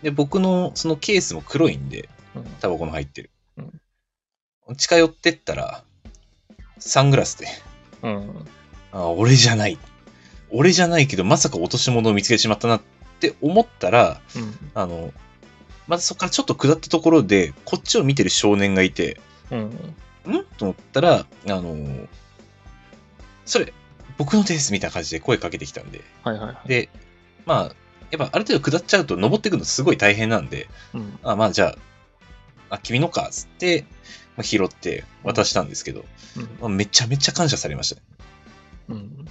B: で、僕のそのケースも黒いんで、
A: うん
B: タバコの入ってる。
A: うん
B: 近寄ってったら、サングラスで、
A: うん
B: あ、俺じゃない。俺じゃないけど、まさか落とし物を見つけてしまったなって思ったら、
A: うん
B: あの、またそこからちょっと下ったところで、こっちを見てる少年がいて、
A: うん
B: んと思ったら、あのーそれ、僕のですみたいな感じで声かけてきたんで。
A: はいはいはい。
B: で、まあ、やっぱある程度下っちゃうと登っていくのすごい大変なんで、
A: うん
B: あまあじゃあ、あ、君のか、つって、まあ、拾って渡したんですけど、
A: うん
B: まあ、めちゃめちゃ感謝されましたね。
A: うん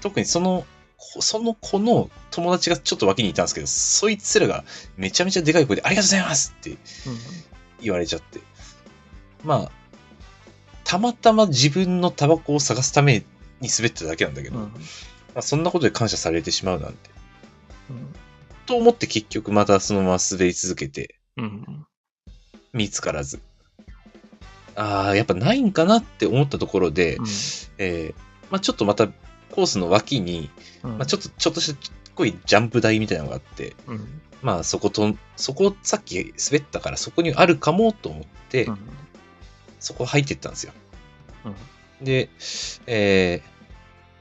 B: 特にその、こその子の友達がちょっと脇にいたんですけど、そいつらがめちゃめちゃでかい声でありがとうございますって言われちゃって。まあ、たまたま自分のタバコを探すために滑っただけなんだけ
A: う
B: ど、
A: ん
B: まあ、そんなことで感謝されてしまうなんて。
A: うん
B: と思って結局またそのまま滑り続けて、
A: うん
B: 見つからず。ああ、やっぱないんかなって思ったところで、えーまあ、ちょっとまたコースの脇に、
A: うん
B: まあ、ちょっと、ちょっとしたちっこいジャンプ台みたいなのがあって、
A: うん
B: まあそこと、そこさっき滑ったからそこにあるかもと思って、
A: うん
B: そこ入ってったんですよ。
A: うん
B: で、えー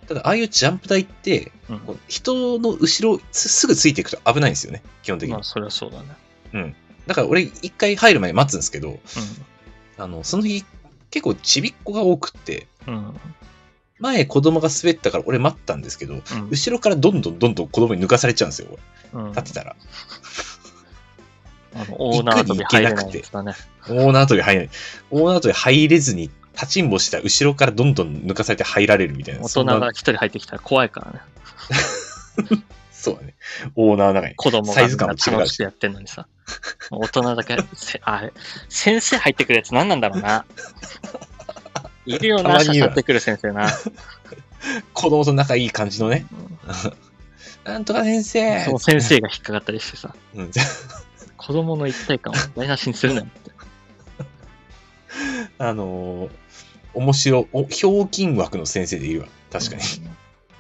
B: ただああいうジャンプ台って、
A: うん
B: こう人の後ろすすぐついていくと危ないんですよね、基本的に。
A: まあそりゃそうだね。
B: だから俺一回入る前に待つんですけど、
A: う
B: あの、その日結構ちびっ子が多くって、
A: んうん
B: 前子供が滑ったから俺待ったんですけど、
A: うん
B: 後ろからどんどんどんどん子供に抜かされちゃうんですよ、俺
A: うん
B: 立ってたら。
A: あのオーナーとび入れないやつだね。
B: オーナーとで入れない。オーナーとで入れずに立ちんぼしたら後ろからどんどん抜かされて入られるみたいな。
A: 大
B: そ
A: 人
B: んな
A: が一人入ってきたら怖いからね。
B: そうだね。オーナーの中に。
A: 子供
B: サ
A: が
B: イ
A: み
B: ズ
A: ん
B: 感
A: な
B: も違うし
A: 楽しくやってんのにさ。大人だけ、せあれ、先生入ってくるやつ何なんだろうな。いるよ
B: たま
A: な、
B: には
A: 入ってくる先生な。
B: 子供と仲いい感じのね。なんとか先生
A: その先生が引っかかったりしてさ、
B: うん [laughs]
A: 子供の一体感を台無しにするなよって。
B: あのー面白い、おひょうきん枠の先生でいるわ。確かに。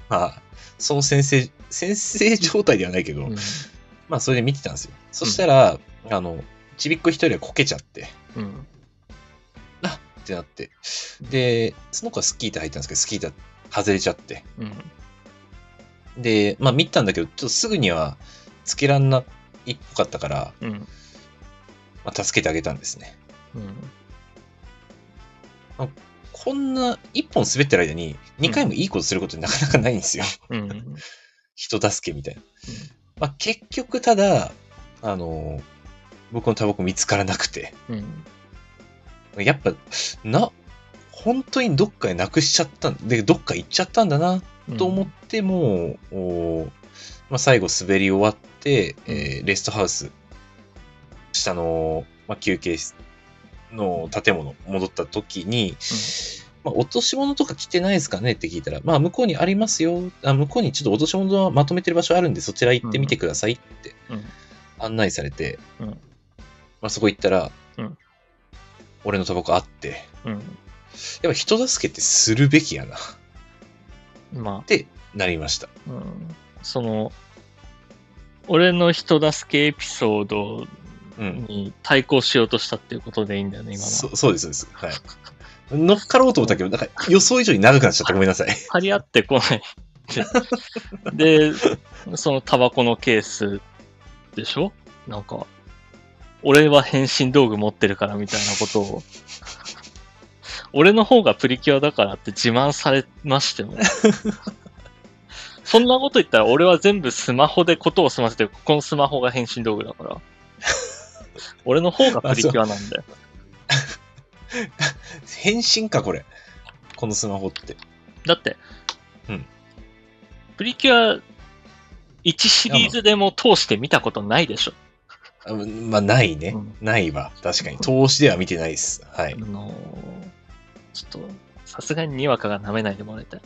B: まあ、その先生、先生状態ではないけど、
A: うん。
B: まあ、それで見てたんですよ。そしたら、あの、ちびっこ一人がこけちゃって、
A: うん。
B: ってなって。で、その子はスキー板入ったんですけど、スキー板外れちゃって。
A: うん。
B: で、まあ、見たんだけど、ちょっとすぐにはつけらんないっぽかったから、
A: うん。
B: まあ、助けてあげたんですね。
A: うん。
B: こんな一本滑ってる間に、二回もいいことすることってなかなかないんですよ。
A: うん。
B: 人助けみたいな。まあ、結局ただ、あの、僕のタバコ見つからなくて、
A: うん。
B: やっぱ、な、本当にどっかでなくしちゃったんで、どっか行っちゃったんだな
A: うん
B: と思って、もう、おーまあ、最後滑り終わって、えーレストハウス、下の、まあ、休憩室の建物戻った時に、まあ、落とし物とか来てないですかねって聞いたら、まあ、向こうにありますよ。あ向こうにちょっと落とし物はまとめてる場所あるんで、そちら行ってみてくださいって
A: うん
B: 案内されて、
A: うん
B: まあ、そこ行ったら、
A: うん
B: 俺のタバコあって、
A: うん。
B: やっぱ人助けってするべきやな、っ
A: ま
B: てなりました。
A: あ、うん、その、俺の人助けエピソード
B: うん。
A: に対抗しようとしたっていうことでいいんだよね、今のは。
B: そそうです、そうです。はい。乗っかろうと思ったけど、なんか予想以上に長くなっちゃった。ごめんなさい。 [laughs]
A: 張り合ってこない。で、そのタバコのケースでしょなんか、俺は変身道具持ってるからみたいなことを。俺の方がプリキュアだからって自慢されましても。そんなこと言ったら俺は全部スマホでことを済ませてる。このスマホが変身道具だから。俺の方がプリキュアなんだよ。
B: 変身か、これ。このスマホって。
A: だって、
B: うん
A: プリキュア1シリーズでも通して見たことないでしょ。
B: あまあ、ないね。
A: うん
B: ないわ。確かに。投資では見てないです。はい。
A: あのーちょっと、さすがににわかが舐めないでもらいたい。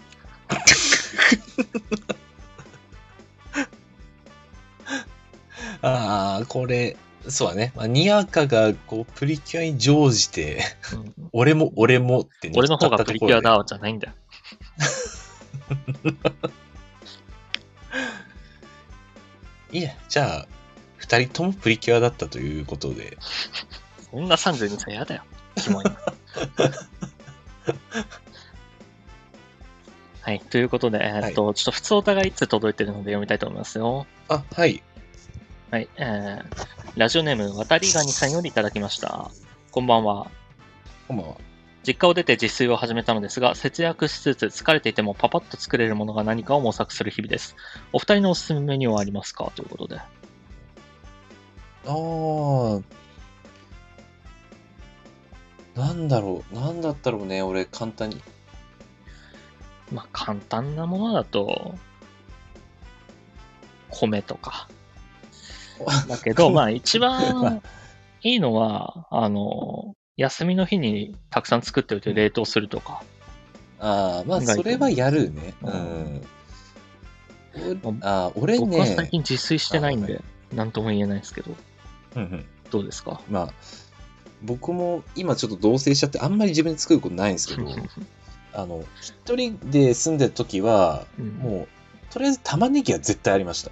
B: ああ、これ、そうだね。まあ、にやかが、こう、プリキュアに乗じて、
A: うん
B: 俺も俺もって乗っ
A: 俺
B: か
A: の
B: った
A: 方が
B: ところで
A: プリキュアだわじゃないんだよ。
B: いや、じゃあ、二人ともプリキュアだったということで。
A: そんな32歳やだよ。キ [laughs] モいな。はい。ということで、えーっと、ちょっと普通お互い一通届いてるので読みたいと思いますよ。
B: あ、はい。
A: はい、えー、ラジオネーム、渡りガニさんよりいただきました。こんばんは。
B: こんばんは。
A: 実家を出て自炊を始めたのですが、節約しつつ疲れていてもパパッと作れるものが何かを模索する日々です。お二人のおすすめメニューはありますかということで。
B: ああ。なんだろう。なんだったろうね。俺、簡単に。
A: まあ、簡単なものだと、米とか。だけど、まあ、一番いいのは、あの、休みの日にたくさん作っておいて冷凍するとか。
B: ああ、まあ、
A: 意外と
B: それはやるね。う
A: うん
B: ん。
A: まあ
B: ああ、俺
A: 僕は最
B: ね。
A: 近自炊してないん
B: あは
A: で、なんとも言えないですけど、
B: うんうん
A: どうですか
B: まあ、僕も今ちょっと同棲しちゃって、あんまり自分で作ることないんですけど、あの、一人で住んでる時は、
A: うん
B: もう、とりあえず玉ねぎは絶対ありまし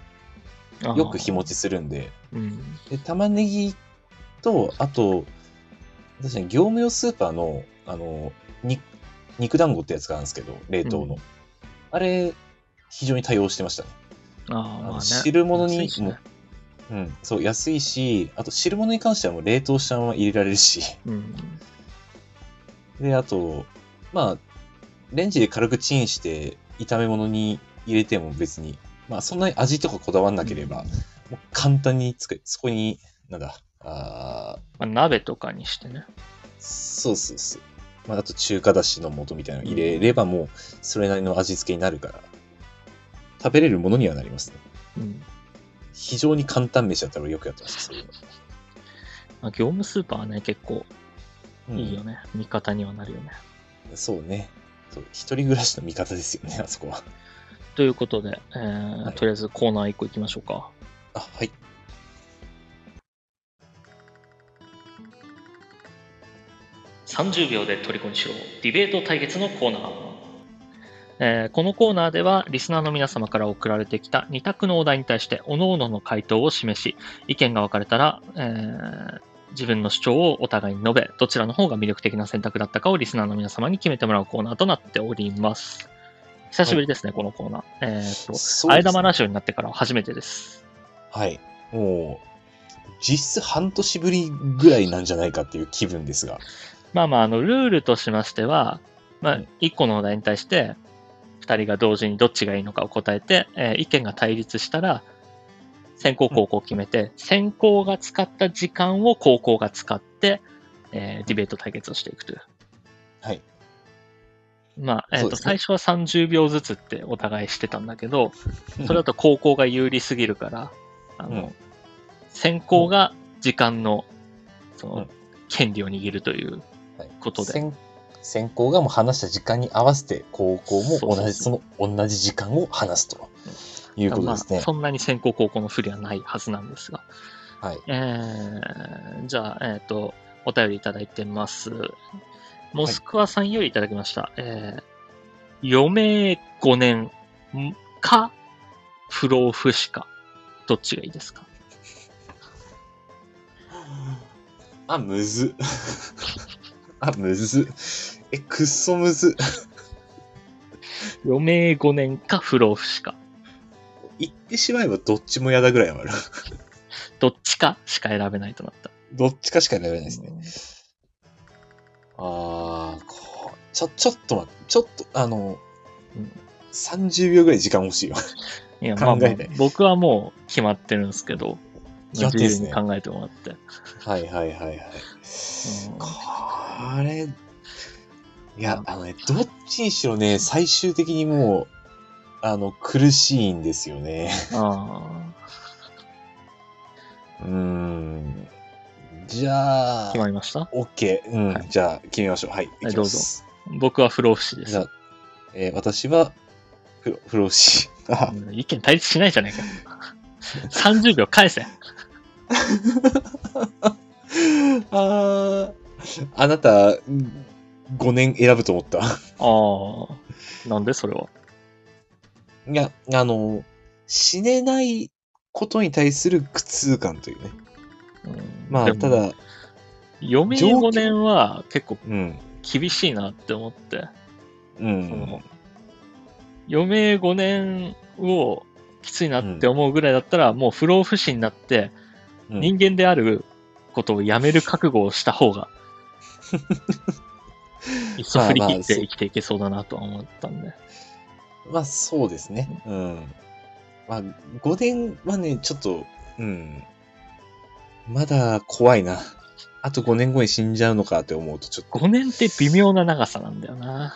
B: た。よく日持
A: ち。
B: ちするんで。
A: うん。
B: で、玉ねぎと、あと、確かに業務用スーパーの、あの、に肉団子ってやつがあるんですけど、冷凍の。
A: うん
B: あれ、非常に対応してましたね。
A: ああ、まあ
B: あ
A: ね。
B: の汁物に
A: 安いしね
B: うん、そう、安いし、あと汁物に関してはもう冷凍したまま入れられるし。 [laughs]
A: うん。
B: で、あと、まあ、レンジで軽くチンして、炒め物に入れても別に、まあ、そんなに味とかこだわんなければ、
A: うん
B: もう簡単に作れ、そこに、なんだ、あー
A: まあ、鍋とかにしてね。
B: そうそうそう。まあ、あと中華だしの素みたいなの入れればもう、それなりの味付けになるから、食べれるものにはなりますね。
A: うん。
B: 非常に簡単飯だったら俺よくやってました、そういうの。
A: まあ、業務スーパーはね、結構
B: うん
A: いいよね。味方にはなるよね。
B: そうね。そう一人暮らしの味方ですよね、あそこは。
A: ということで、えー
B: はい
A: とりあえずコーナー1個行きましょうか。
B: あ、はい。
A: 30秒で虜にしろディベート対決のコーナー、えーこのコーナーではリスナーの皆様から送られてきた2択のお題に対して各々の回答を示し意見が分かれたら、えー自分の主張をお互いに述べどちらの方が魅力的な選択だったかをリスナーの皆様に決めてもらうコーナーとなっております久しぶりですね、このコーナーえーっと
B: そう
A: あえ
B: です
A: 玉
B: ね
A: ラジオになってからは初めてです
B: はい。もう、実質半年ぶりぐらいなんじゃないかっていう気分ですが。
A: まあまあ、あの、ルールとしましては、ま
B: う
A: あ
B: ん、
A: 1個のお題に対して、2人が同時にどっちがいいのかを答えて、えー意見が対立したら、先行後攻決めて、先行が使った時間を後攻が使って、えーディベート対決をしていくという。
B: はい。
A: まあ、えっ、
B: そう
A: と、
B: です
A: 最
B: ね
A: 初は30秒ずつってお互いしてたんだけど、それだと後攻が有利すぎるから、あの、
B: うん
A: 先行が時間の、その、
B: うん
A: 権利を握るという
B: はい
A: ことで。
B: 先先行がもう話した時間に合わせて高校も同じ
A: そうそうそう
B: その同じ時間を話すということ
A: ま
B: で
A: あ、
B: すね。
A: そんなに先行後攻の不利はないはずなんですが。
B: はい。
A: えー、じゃあ、えっ、と、お便りいただいてます。モスクワさんよりいただきました。えー、余命5年んか、不老不死か、どっちがいいですか
B: あ、むず。 [laughs] あ、むず。え、くっそむず。
A: 余命5年か不老不死か。
B: 言ってしまえばどっちも嫌だぐらいある。
A: どっちかしか選べないとなった。
B: どっちかしか選べないですね。あー、こうちょ、ちょっと待って、ちょっと、あの、
A: うん
B: 30秒ぐらい時間欲しいよ。
A: いや、まあ、
B: 考
A: まあ
B: えて
A: 僕はもう決まってるんですけど、
B: 決まってるんですね
A: 自由に考えてもらって。
B: はいはいはいはい。これ、いや、あのね、どっちにしろね、最終的にもう、あの、苦しいんですよね。
A: あ
B: [laughs] うーん。じ
A: あ、
B: ゃ
A: 決ま
B: あ、
A: りました
B: OK。うん、
A: はい
B: じゃあ、決めましょう。はい、いきます。
A: 僕は不老不死で
B: じ
A: す
B: ゃ。あ、えー私は、不不老不死。あ
A: うん意見対立しないじゃないか。30秒返 [laughs] せ。
B: あーあなた、5年選ぶと思った。
A: ああ、なんでそれは。
B: いや、あの、死ねないことに対する苦痛感というね。
A: うん
B: ま
A: で
B: あ、
A: も
B: ただ、
A: 余命
B: 状況
A: 5年は結構
B: うん。
A: 厳しいなって思って、
B: う
A: その
B: ん。
A: 余命5年をきついなって思うぐらいだったら、もう不老不死になって、
B: うん
A: 人間であることをやめる覚悟をした方 [laughs] が、いっそ振り切って生きていけそうだなとは思ったんで。
B: まあ、そうですね。うん。まあ、5年はね、ちょっと、うん。まだ怖いな。あと5年後に死んじゃうのかって思うと、ちょっと。
A: 5年って微妙な長さなんだよな。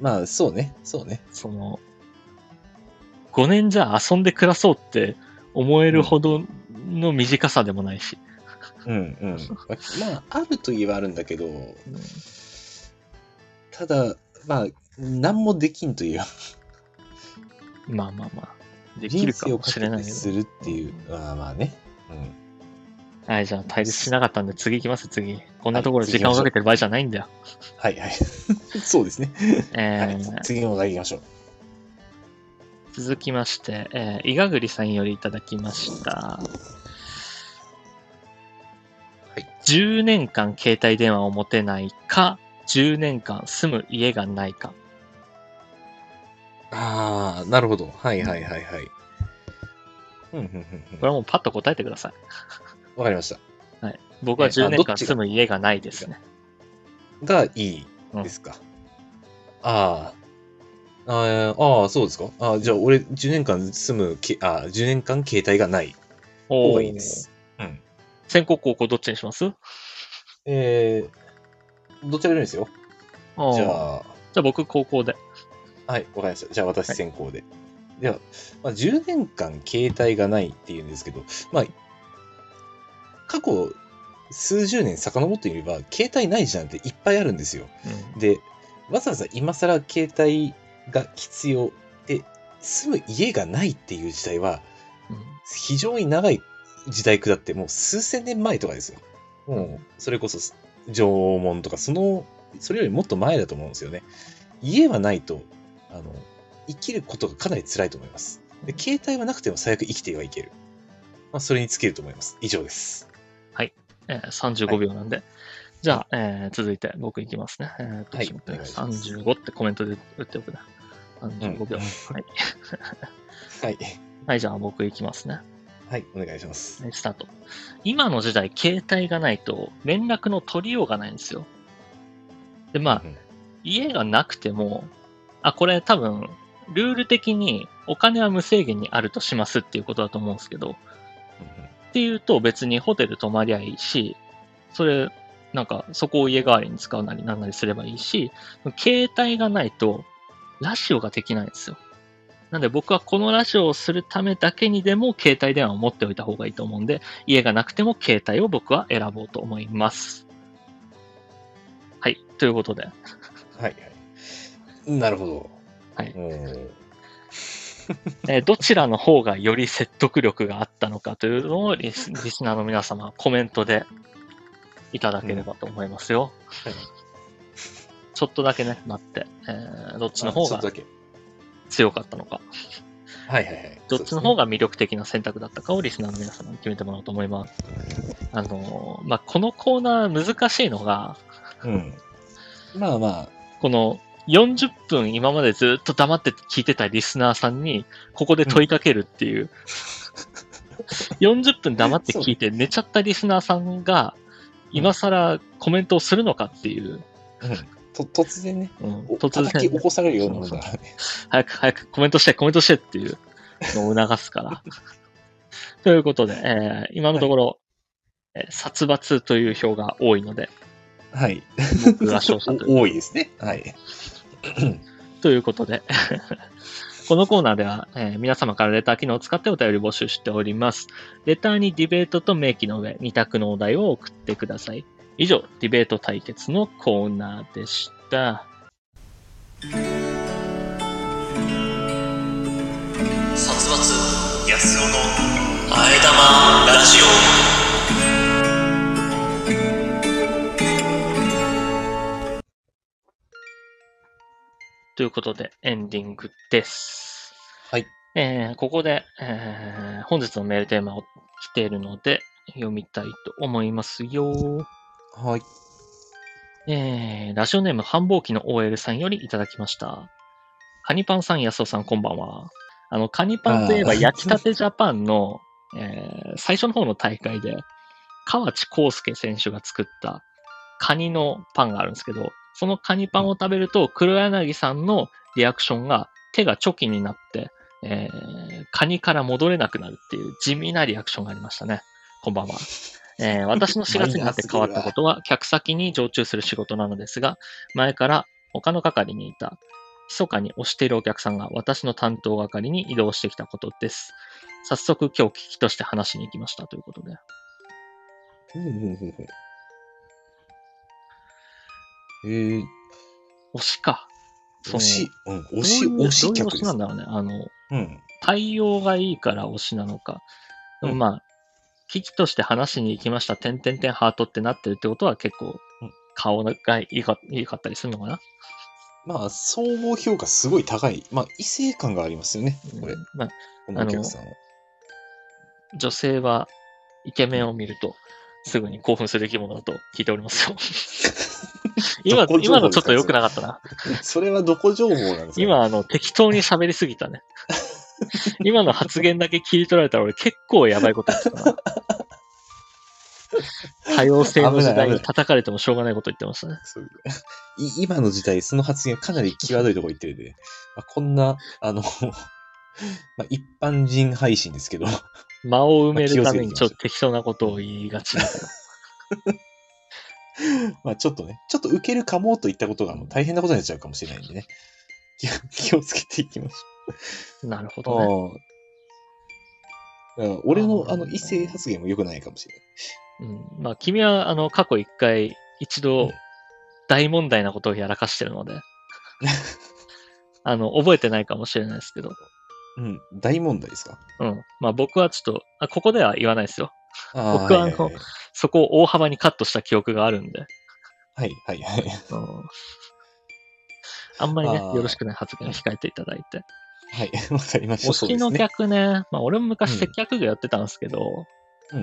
B: まあ、そうね。そうね。
A: その、5年じゃ遊んで暮らそうって思えるほどの短さでもないし。
B: うんうん。まあ、あるといえばあるんだけど、ただ、まあ、何もできんといえば、
A: まあまあまあ。でき
B: 人
A: るか
B: 生を
A: も
B: か
A: し
B: け
A: れない
B: て
A: け
B: す
A: ど。
B: るっていう、まあまあね。うん。
A: はい、じゃあ対立しなかったんで次行きます、次。こんなところで
B: はい
A: 時間をかけてる場合じゃないんだよ。
B: はいはい。 [laughs] そうですね。は
A: えー
B: い、次のお題行きましょう。
A: 続きまして、えー、伊賀栗さんよりいただきました。
B: い
A: 10年間携帯電話を持てないか、10年間住む家がないか。
B: ああ、なるほど。はいはいはいはい。うんうん
A: こ
B: うんう
A: れ
B: ん。
A: はもうパッと答えてください。
B: わかりました。
A: 僕は
B: えーあ
A: 10年
B: ど
A: 間
B: っちが
A: 住む家がないですね。
B: がいいですか。ああ。あーあー、そうですか。あーじゃあ、俺、10年間住むけ、あー10年間携帯がない方
A: お
B: が
A: ー
B: いいです。うん。
A: 先行高校どっちにします
B: えー、どちらでもいいですよ。じ
A: じ
B: ゃ
A: ゃあ
B: あ、
A: 僕高校で。
B: はい、わかりました。じゃあ私先行で。では、まあ、10年間携帯がないっていうんですけど、まあ、過去数十年遡ってみれば、携帯ない時なんていっぱいあるんですよ。で、わざわざ今更携帯が必要で、住む家がないっていう時代は、
A: うんうん
B: 非常に長い時代下って、もう数千年前とかですよ。もう、それこそ縄文とか、その、それよりもっと前だと思うんですよね。家はないと、あの、生きることがかなり辛いと思います。で携帯はなくても最悪生きてはいける。まあ、それに尽きると思います。以上です。
A: えー35秒なんで。じゃあ、えー続いて僕いきますね。えーと
B: はい
A: ちょっと待って
B: お願いします
A: 35ってコメントで打っておくな。35秒。はい。
B: うんはい。
A: はい、じゃあ僕いきますね。
B: はい、お願いします。
A: はいスタート。今の時代、携帯がないと連絡の取りようがないんですよ。で、まあ、
B: うん
A: 家がなくても、あ、これ多分、ルール的にお金は無制限にあるとしますっていうことだと思うんですけど、っていうと別にホテル泊まりゃいいし、それ、なんかそこを家代わりに使うなりなんなりすればいいし、携帯がないとラジオができないんですよ。なんで僕はこのラジオをするためだけにでも携帯電話を持っておいた方がいいと思うんで、家がなくても携帯を僕は選ぼうと思います。はい、ということで。
B: はいはい。なるほど。
A: はい
B: おー
A: えーどちらの方がより説得力があったのかというのをリスリスナーの皆様、コメントでいただければと思いますよ。
B: うんはい
A: ちょっとだけね、待って、えーどっちの方
B: あちょっ
A: が
B: とだけ。
A: 強かったのか、
B: はいはいはい。
A: どっちの方が魅力的な選択だったかをリスナーの皆様に決めてもらおうと思います。あのーまあ、このコーナー難しいのが、
B: そうですね。うん。まあまあ、
A: この40分今までずっと黙って聞いてたリスナーさんに、ここで問いかけるっていう。40分黙って聞いて寝ちゃったリスナーさんが、今更コメントをするのかっていう、
B: と突然ね、
A: うん
B: お
A: 突
B: 叩き起
A: 然、
B: こされるようなものだからね。
A: 早く早くコメントして、コメントしてっていうのを促すから。 [laughs] ということで、えー今のところ、えー殺伐という票が多いので、
B: はい。
A: 僕が勝者という
B: お多いですね。はい。
A: ということで、 [laughs] このコーナーでは、えー皆様からレター機能を使ってお便り募集しております。レターにディベートと明記の上、2択のお題を送ってください。以上、ディベート対決のコーナーでした。
C: 殺伐安尾のあえ玉ラジオ
A: ということで、エンディングです。
B: はい。
A: えーここで、えー本日のメールテーマを来ているので、読みたいと思いますよ。
B: はい。
A: えー、ラジオネーム繁忙期の OL さんよりいただきました。カニパンさん、安尾さん、こんばんは。あの、カニパンといえば
B: あー
A: 焼きたてジャパンの、えー最初の方の大会で、河内康介選手が作ったカニのパンがあるんですけど、そのカニパンを食べると、黒柳さんのリアクションが手がチョキになって、えーカニから戻れなくなるっていう地味なリアクションがありましたね。こんばんは。
B: [laughs]
A: えー私の4月になって変わったことは、客先に常駐する仕事なのですが、前から他の係にいた、密かに押しているお客さんが私の担当係に移動してきたことです。早速今日聞きとして話しに行きましたということで。
B: うんうんうんうんえー、
A: 推しか。その
B: 推し、うん、推し、
A: どういう
B: 推し
A: どういう
B: 客
A: 推
B: で
A: し
B: す。
A: なんだろうね。あの、
B: うん。
A: 対応がいいから推しなのか。でも
B: うん
A: まあ、危機として話しに行きました、点々点ハートってなってるってことは結構
B: うん、
A: 顔がいいかいいかったりするのかな。
B: まあ、総合評価すごい高い。まあ、異性感がありますよね。これ
A: うん、まあ
B: このお客さんは。
A: 女性はイケメンを見ると、すぐに興奮する生き物だと聞いております
B: [laughs]
A: よ。今
B: どこ、情報
A: 今のちょっと良くなかったな。
B: それはどこ情報なんですか、
A: 今、あの、適当に喋りすぎたね。今の発言だけ切り取られたら俺結構やばいこと言ってたな。多様性の時代に叩かれてもしょうがないこと言ってましたね。
B: そう [laughs] い今の時代、その発言かなり際どいところ言ってるんで、まあ、こんな、あの、 [laughs] まあ、一般人配信ですけど、
A: 間を埋めるために
B: まあ
A: ち
B: 気
A: ょ
B: を
A: っ
B: つけていきましょう
A: と適当なことを言いがちだから。
B: まあちょっとね、ちょっと受けるかもといったことがもう大変なことになっちゃうかもしれないんでね。
A: [laughs]
B: 気を気をつけていきまし
A: なるほどね。
B: ょう。ああ。だから俺の
A: あー
B: あの異性発言も良くないかもしれない。
A: うん、まあ君は、あの、過去一回、一
B: う
A: 度
B: ん、
A: 大問題なことをやらかしてるので、あの、覚えてないかもしれないですけど、
B: うん、大問題ですか
A: うん。まあ僕はちょっと、あここでは言わないですよ。
B: あー
A: 僕はあの
B: はい
A: そこを大幅にカットした記憶があるんで、
B: はいはいはいはいはい。
A: うんあんまりね、
B: あー
A: よろしくない発言を控えていただいて。
B: はい、 [laughs] わかりました。
A: 推
B: そ
A: し
B: うです
A: の
B: ね。
A: 客ね、まあ俺も
B: う
A: 昔
B: ん
A: 接客業やってたんですけど、
B: う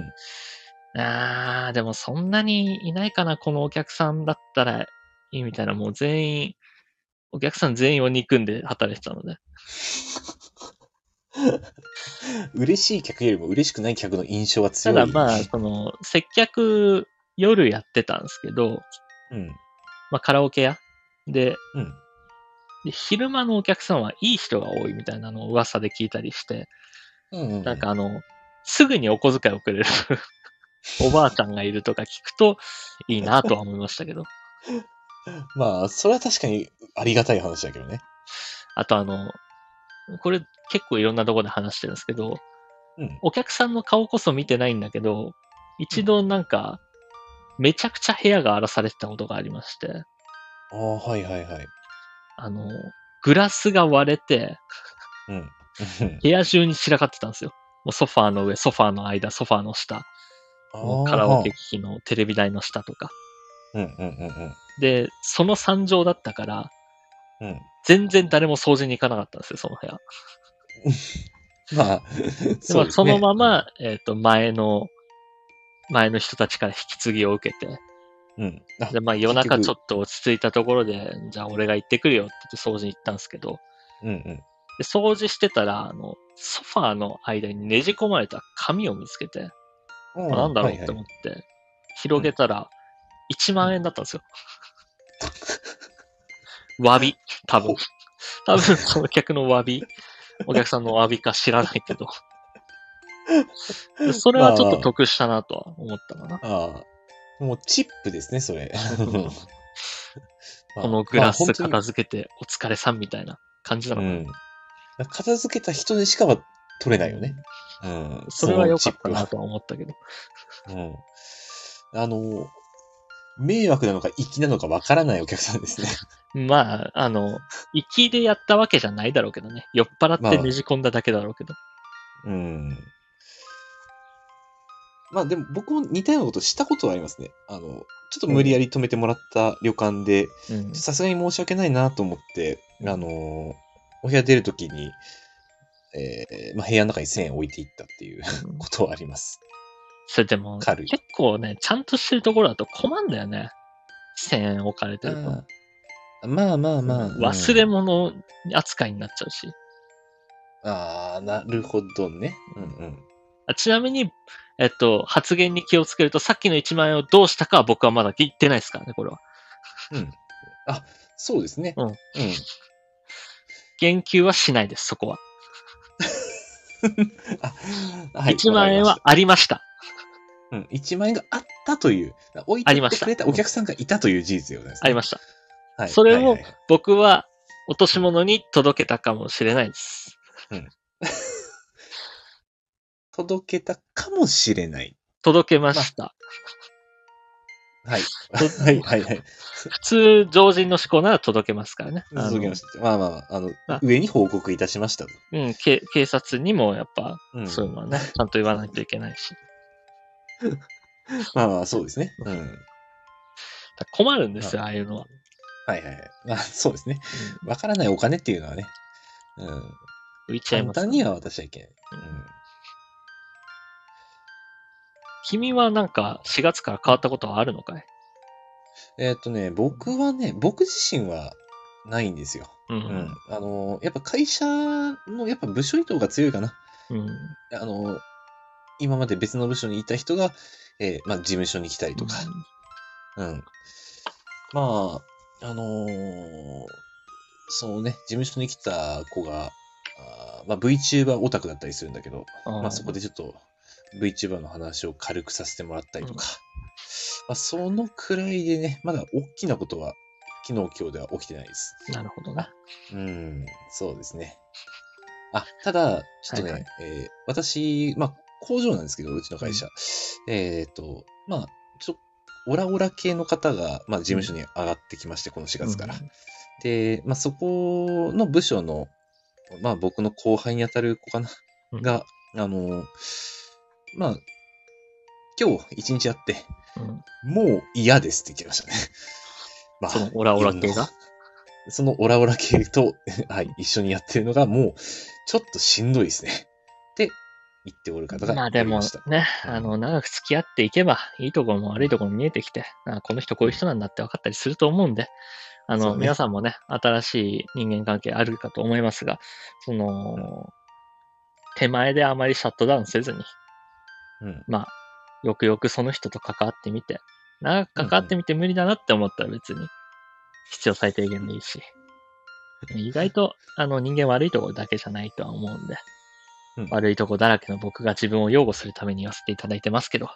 B: ん。
A: あー、でもそんなにいないかな、このお客さんだったらいいみたいな、もう全員、お客さん全員を憎んで働いてたので。
B: 嬉しい客よりも嬉しくない客の印象は
A: た
B: 強い。
A: だまあ、その、接客夜やってたんですけど、
B: うん。
A: まあカラオケ屋で、
B: うん。
A: で、昼間のお客さんはいい人が多いみたいなのを噂で聞いたりして、
B: うんうん
A: なんかあの、すぐにお小遣いをくれるおばあちゃんがいるとか聞くといいなとは思いましたけど。
B: まあ、それは確かにありがたい話だけどね。
A: あとあの、これ結構いろんなとこで話してるんですけど、
B: うん。
A: お客さんの顔こそ見てないんだけど、一度なんか、めちゃくちゃ部屋が荒らされてたことがありまして、
B: ああ、はいはいはい。
A: あの、グラスが割れて、
B: うん。
A: 部屋中に散らかってたんですよ。もうソファーの上、ソファーの間、ソファーの下、もうカラオケ機器のテレビ台の下とか。
B: あー。うんうんうん
A: で、その惨状だったから、
B: うん。うん。
A: 全然誰も掃除に行かなかったんですよ、その部屋。
B: まあ、
A: で
B: そう
A: ま
B: で
A: あ
B: す
A: そ
B: ね
A: のまま、えっ、と、前の、前の人たちから引き継ぎを受けて、
B: うん。あ
A: で、まあ夜中ちょ
B: 結
A: っと落ち着いたところで、じゃあ俺が行ってくるよって言って掃除に行ったんですけど、
B: うんうん。
A: で掃除してたら、あの、ソファーの間にねじ込まれた紙を見つけて、
B: うん
A: あなんだろう
B: はい
A: っ
B: はい
A: て思って、広げたら、1万円だったんです
B: [laughs]
A: よ。詫び、多分。多分、その客の詫び、お客さんの詫びか知らないけど。でそれはちょっと得したなとは思ったかな。
B: ああ。もうチップですね、それ。 [laughs] まあ
A: このグラス
B: まあ
A: 片付けてお疲れさんみたいな感じな
B: 本当
A: の
B: に
A: か
B: う
A: な。
B: ん。片付けた人にしかは取れないよね。うん。
A: それは良かった
B: のチップ
A: な
B: は
A: とは思ったけど。
B: うん。あの、迷惑なのか粋なのかわからないお客さんです
A: [laughs]
B: ね。
A: まあ、あの、粋でやったわけじゃないだろうけどね。酔っ払ってねじ込んだだけだろうけど。
B: うん。まあでも僕も似たようなことしたことはありますね。あの、ちょっと無理やり止めてもらった旅館で、
A: うん
B: さすがに申し訳ないなと思って、あのー、お部屋出るときに、えーまあ、部屋の中に1000円置いていったっていうことはあります。
A: それでも、
B: 軽い
A: 結構ね、ちゃんとしてるところだと困んだよね。1000円置かれてると。
B: まあまあまあ。
A: 忘れ物扱いになっちゃうし。
B: ああ、なるほどね。うんうん。
A: あちなみに、えっと、発言に気をつけると、さっきの1万円をどうしたかは僕はまだ言ってないですからね、これは。
B: あ、そうですね。
A: うん
B: うん。
A: 言及はしないです、そこは。
B: あ、はい。
A: 1万円
B: わ
A: は
B: か
A: ありました。
B: りました。うん。1万円があったという、置い
A: あ
B: て
A: り
B: っ
A: ま
B: て
A: した
B: くれたお客さんがいたという事実でございます、
A: ありま
B: し
A: した。
B: た。はい。
A: それを
B: はいはいはい
A: 僕は落とし物に届けたかもしれないです。
B: 届けたかもしれない。
A: 届けました。 [laughs]
B: はい。はいはいはい。
A: 普通、常人の思考なら届けますからね。あの
B: 続けました。まあまあまあ、あの、
A: あ
B: 上に報告いたしましたと。
A: うん、け警察にもやっぱ、
B: うん
A: そういうのはね、ちゃんと言わないといけないし。
B: まあまあ、そうですね。うん。はい
A: だから困るんですよ、ああいうのは。
B: はいはい。まあ、そうですね。わからないお金っていうのはね、うん。
A: 浮いちゃい
B: 簡
A: ます、
B: 単には私はいけない。
A: 君はなんか4月から変わったことはあるのかい
B: うん。えーっとね、僕はね、僕自身はないんですよ。
A: う。
B: うんん。あの、やっぱ会社の、やっぱ部署移動が強いかな。
A: うん。
B: あの、今まで別の部署にいた人が、えーまあ、事務所に来たりとか、うん。まあ、あのーそのね、事務所に来た子が、あーまあ、VTuber オタクだったりするんだけど、
A: あー
B: まあ、そこでちょっと VTuber の話を軽くさせてもらったりとか、まあ、そのくらいでね、まだ大きなことは、昨日、今日では起きてないです。
A: なるほどな。
B: うん、そうですね。あ、ただ、ちょっとね、
A: はい
B: えー私、まあ、工場なんですけど、うちの会社。えっ、と、まあ、ちょっと、オラオラ系の方が、まあ、事務所に上がってきまして、この4月から。
A: うん
B: で、まあ、そこの部署の、まあ、僕の後輩にあたる子かな、
A: うん
B: が、あの、まあ、今日一日やって、
A: うん
B: もう嫌ですって言ってましたね。 [laughs] まあ
A: そのオラオラ系が。
B: そのオラオラ系と、 [laughs] はい、一緒にやってるのがもう、ちょっとしんどいですね。って言っておる方が
A: まあ
B: お
A: で
B: り
A: も
B: ました。
A: ね、
B: うん
A: あの、長く付き合っていけば、いいところも悪いところも見えてきて、あこの人こういう人なんだって分かったりすると思うんで、あ
B: そ
A: の、
B: うね
A: 皆さんもね、新しい人間関係あるかと思いますが、その、手前であまりシャットダウンせずに、
B: うん
A: よくよくその人と関わってみて、長く関わってみて無理だなって思ったら別に必要最低限でいいし、意外と、あの、人間悪いところだけじゃないとは思うんで、
B: うん
A: 悪いとこだらけの僕が自分を擁護するために言わせていただいてます
B: [laughs]
A: けど。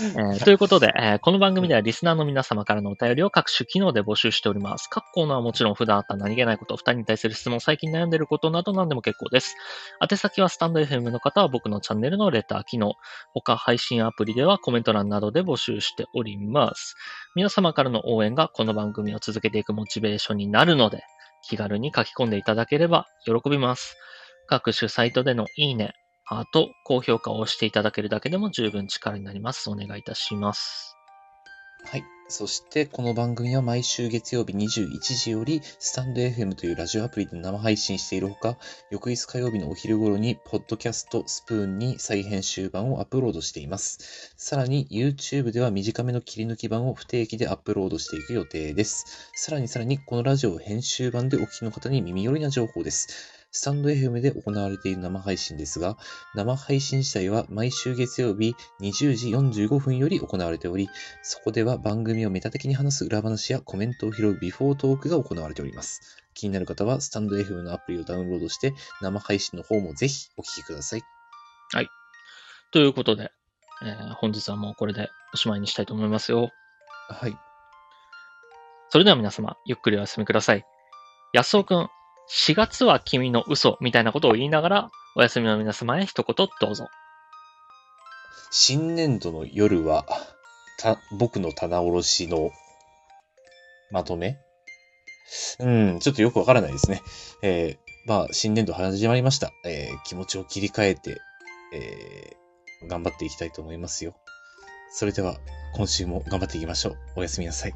A: えーということで、えーこの番組ではリスナーの皆様からのお便りを各種機能で募集しております。各コーナーはもちろん普段あった何気ないこと、二人に対する質問、最近悩んでることなど何でも結構です。宛先はスタンド FM の方は僕のチャンネルのレター機能、他配信アプリではコメント欄などで募集しております。皆様からの応援がこの番組を続けていくモチベーションになるので、気軽に書き込んでいただければ喜びます。各種サイトでのいいね、ハート、高評価を押していただけるだけでも十分力になります。お願いいたします。
B: はい。そして、この番組は毎週月曜日21時より、スタンド FM というラジオアプリで生配信しているほか、翌日火曜日のお昼頃に、ポッドキャストスプーンに再編集版をアップロードしています。さらに、YouTube では短めの切り抜き版を不定期でアップロードしていく予定です。さらにさらに、このラジオ編集版でお聞きの方に耳寄りな情報です。スタンド FM で行われている生配信ですが、生配信自体は毎週月曜日20時45分より行われており、そこでは番組をメタ的に話す裏話やコメントを拾うビフォートークが行われております。気になる方はスタンド FM のアプリをダウンロードして生配信の方もぜひお聞きください。
A: ということで、えー本日はもうこれでおしまいにしたいと思いますよ。
B: はい。
A: それでは皆様、ゆっくりお休みください。安尾くん、4月は君の嘘みたいなことを言いながら、お休みの皆様へ一言どうぞ。
B: 新年度の夜は、た僕の棚卸しのまとめうん、ちょっとよくわからないですね。えーまあ、新年度始まりました。えー気持ちを切り替えて、えー頑張っていきたいと思いますよ。それでは、今週も頑張っていきましょう。おやすみなさい。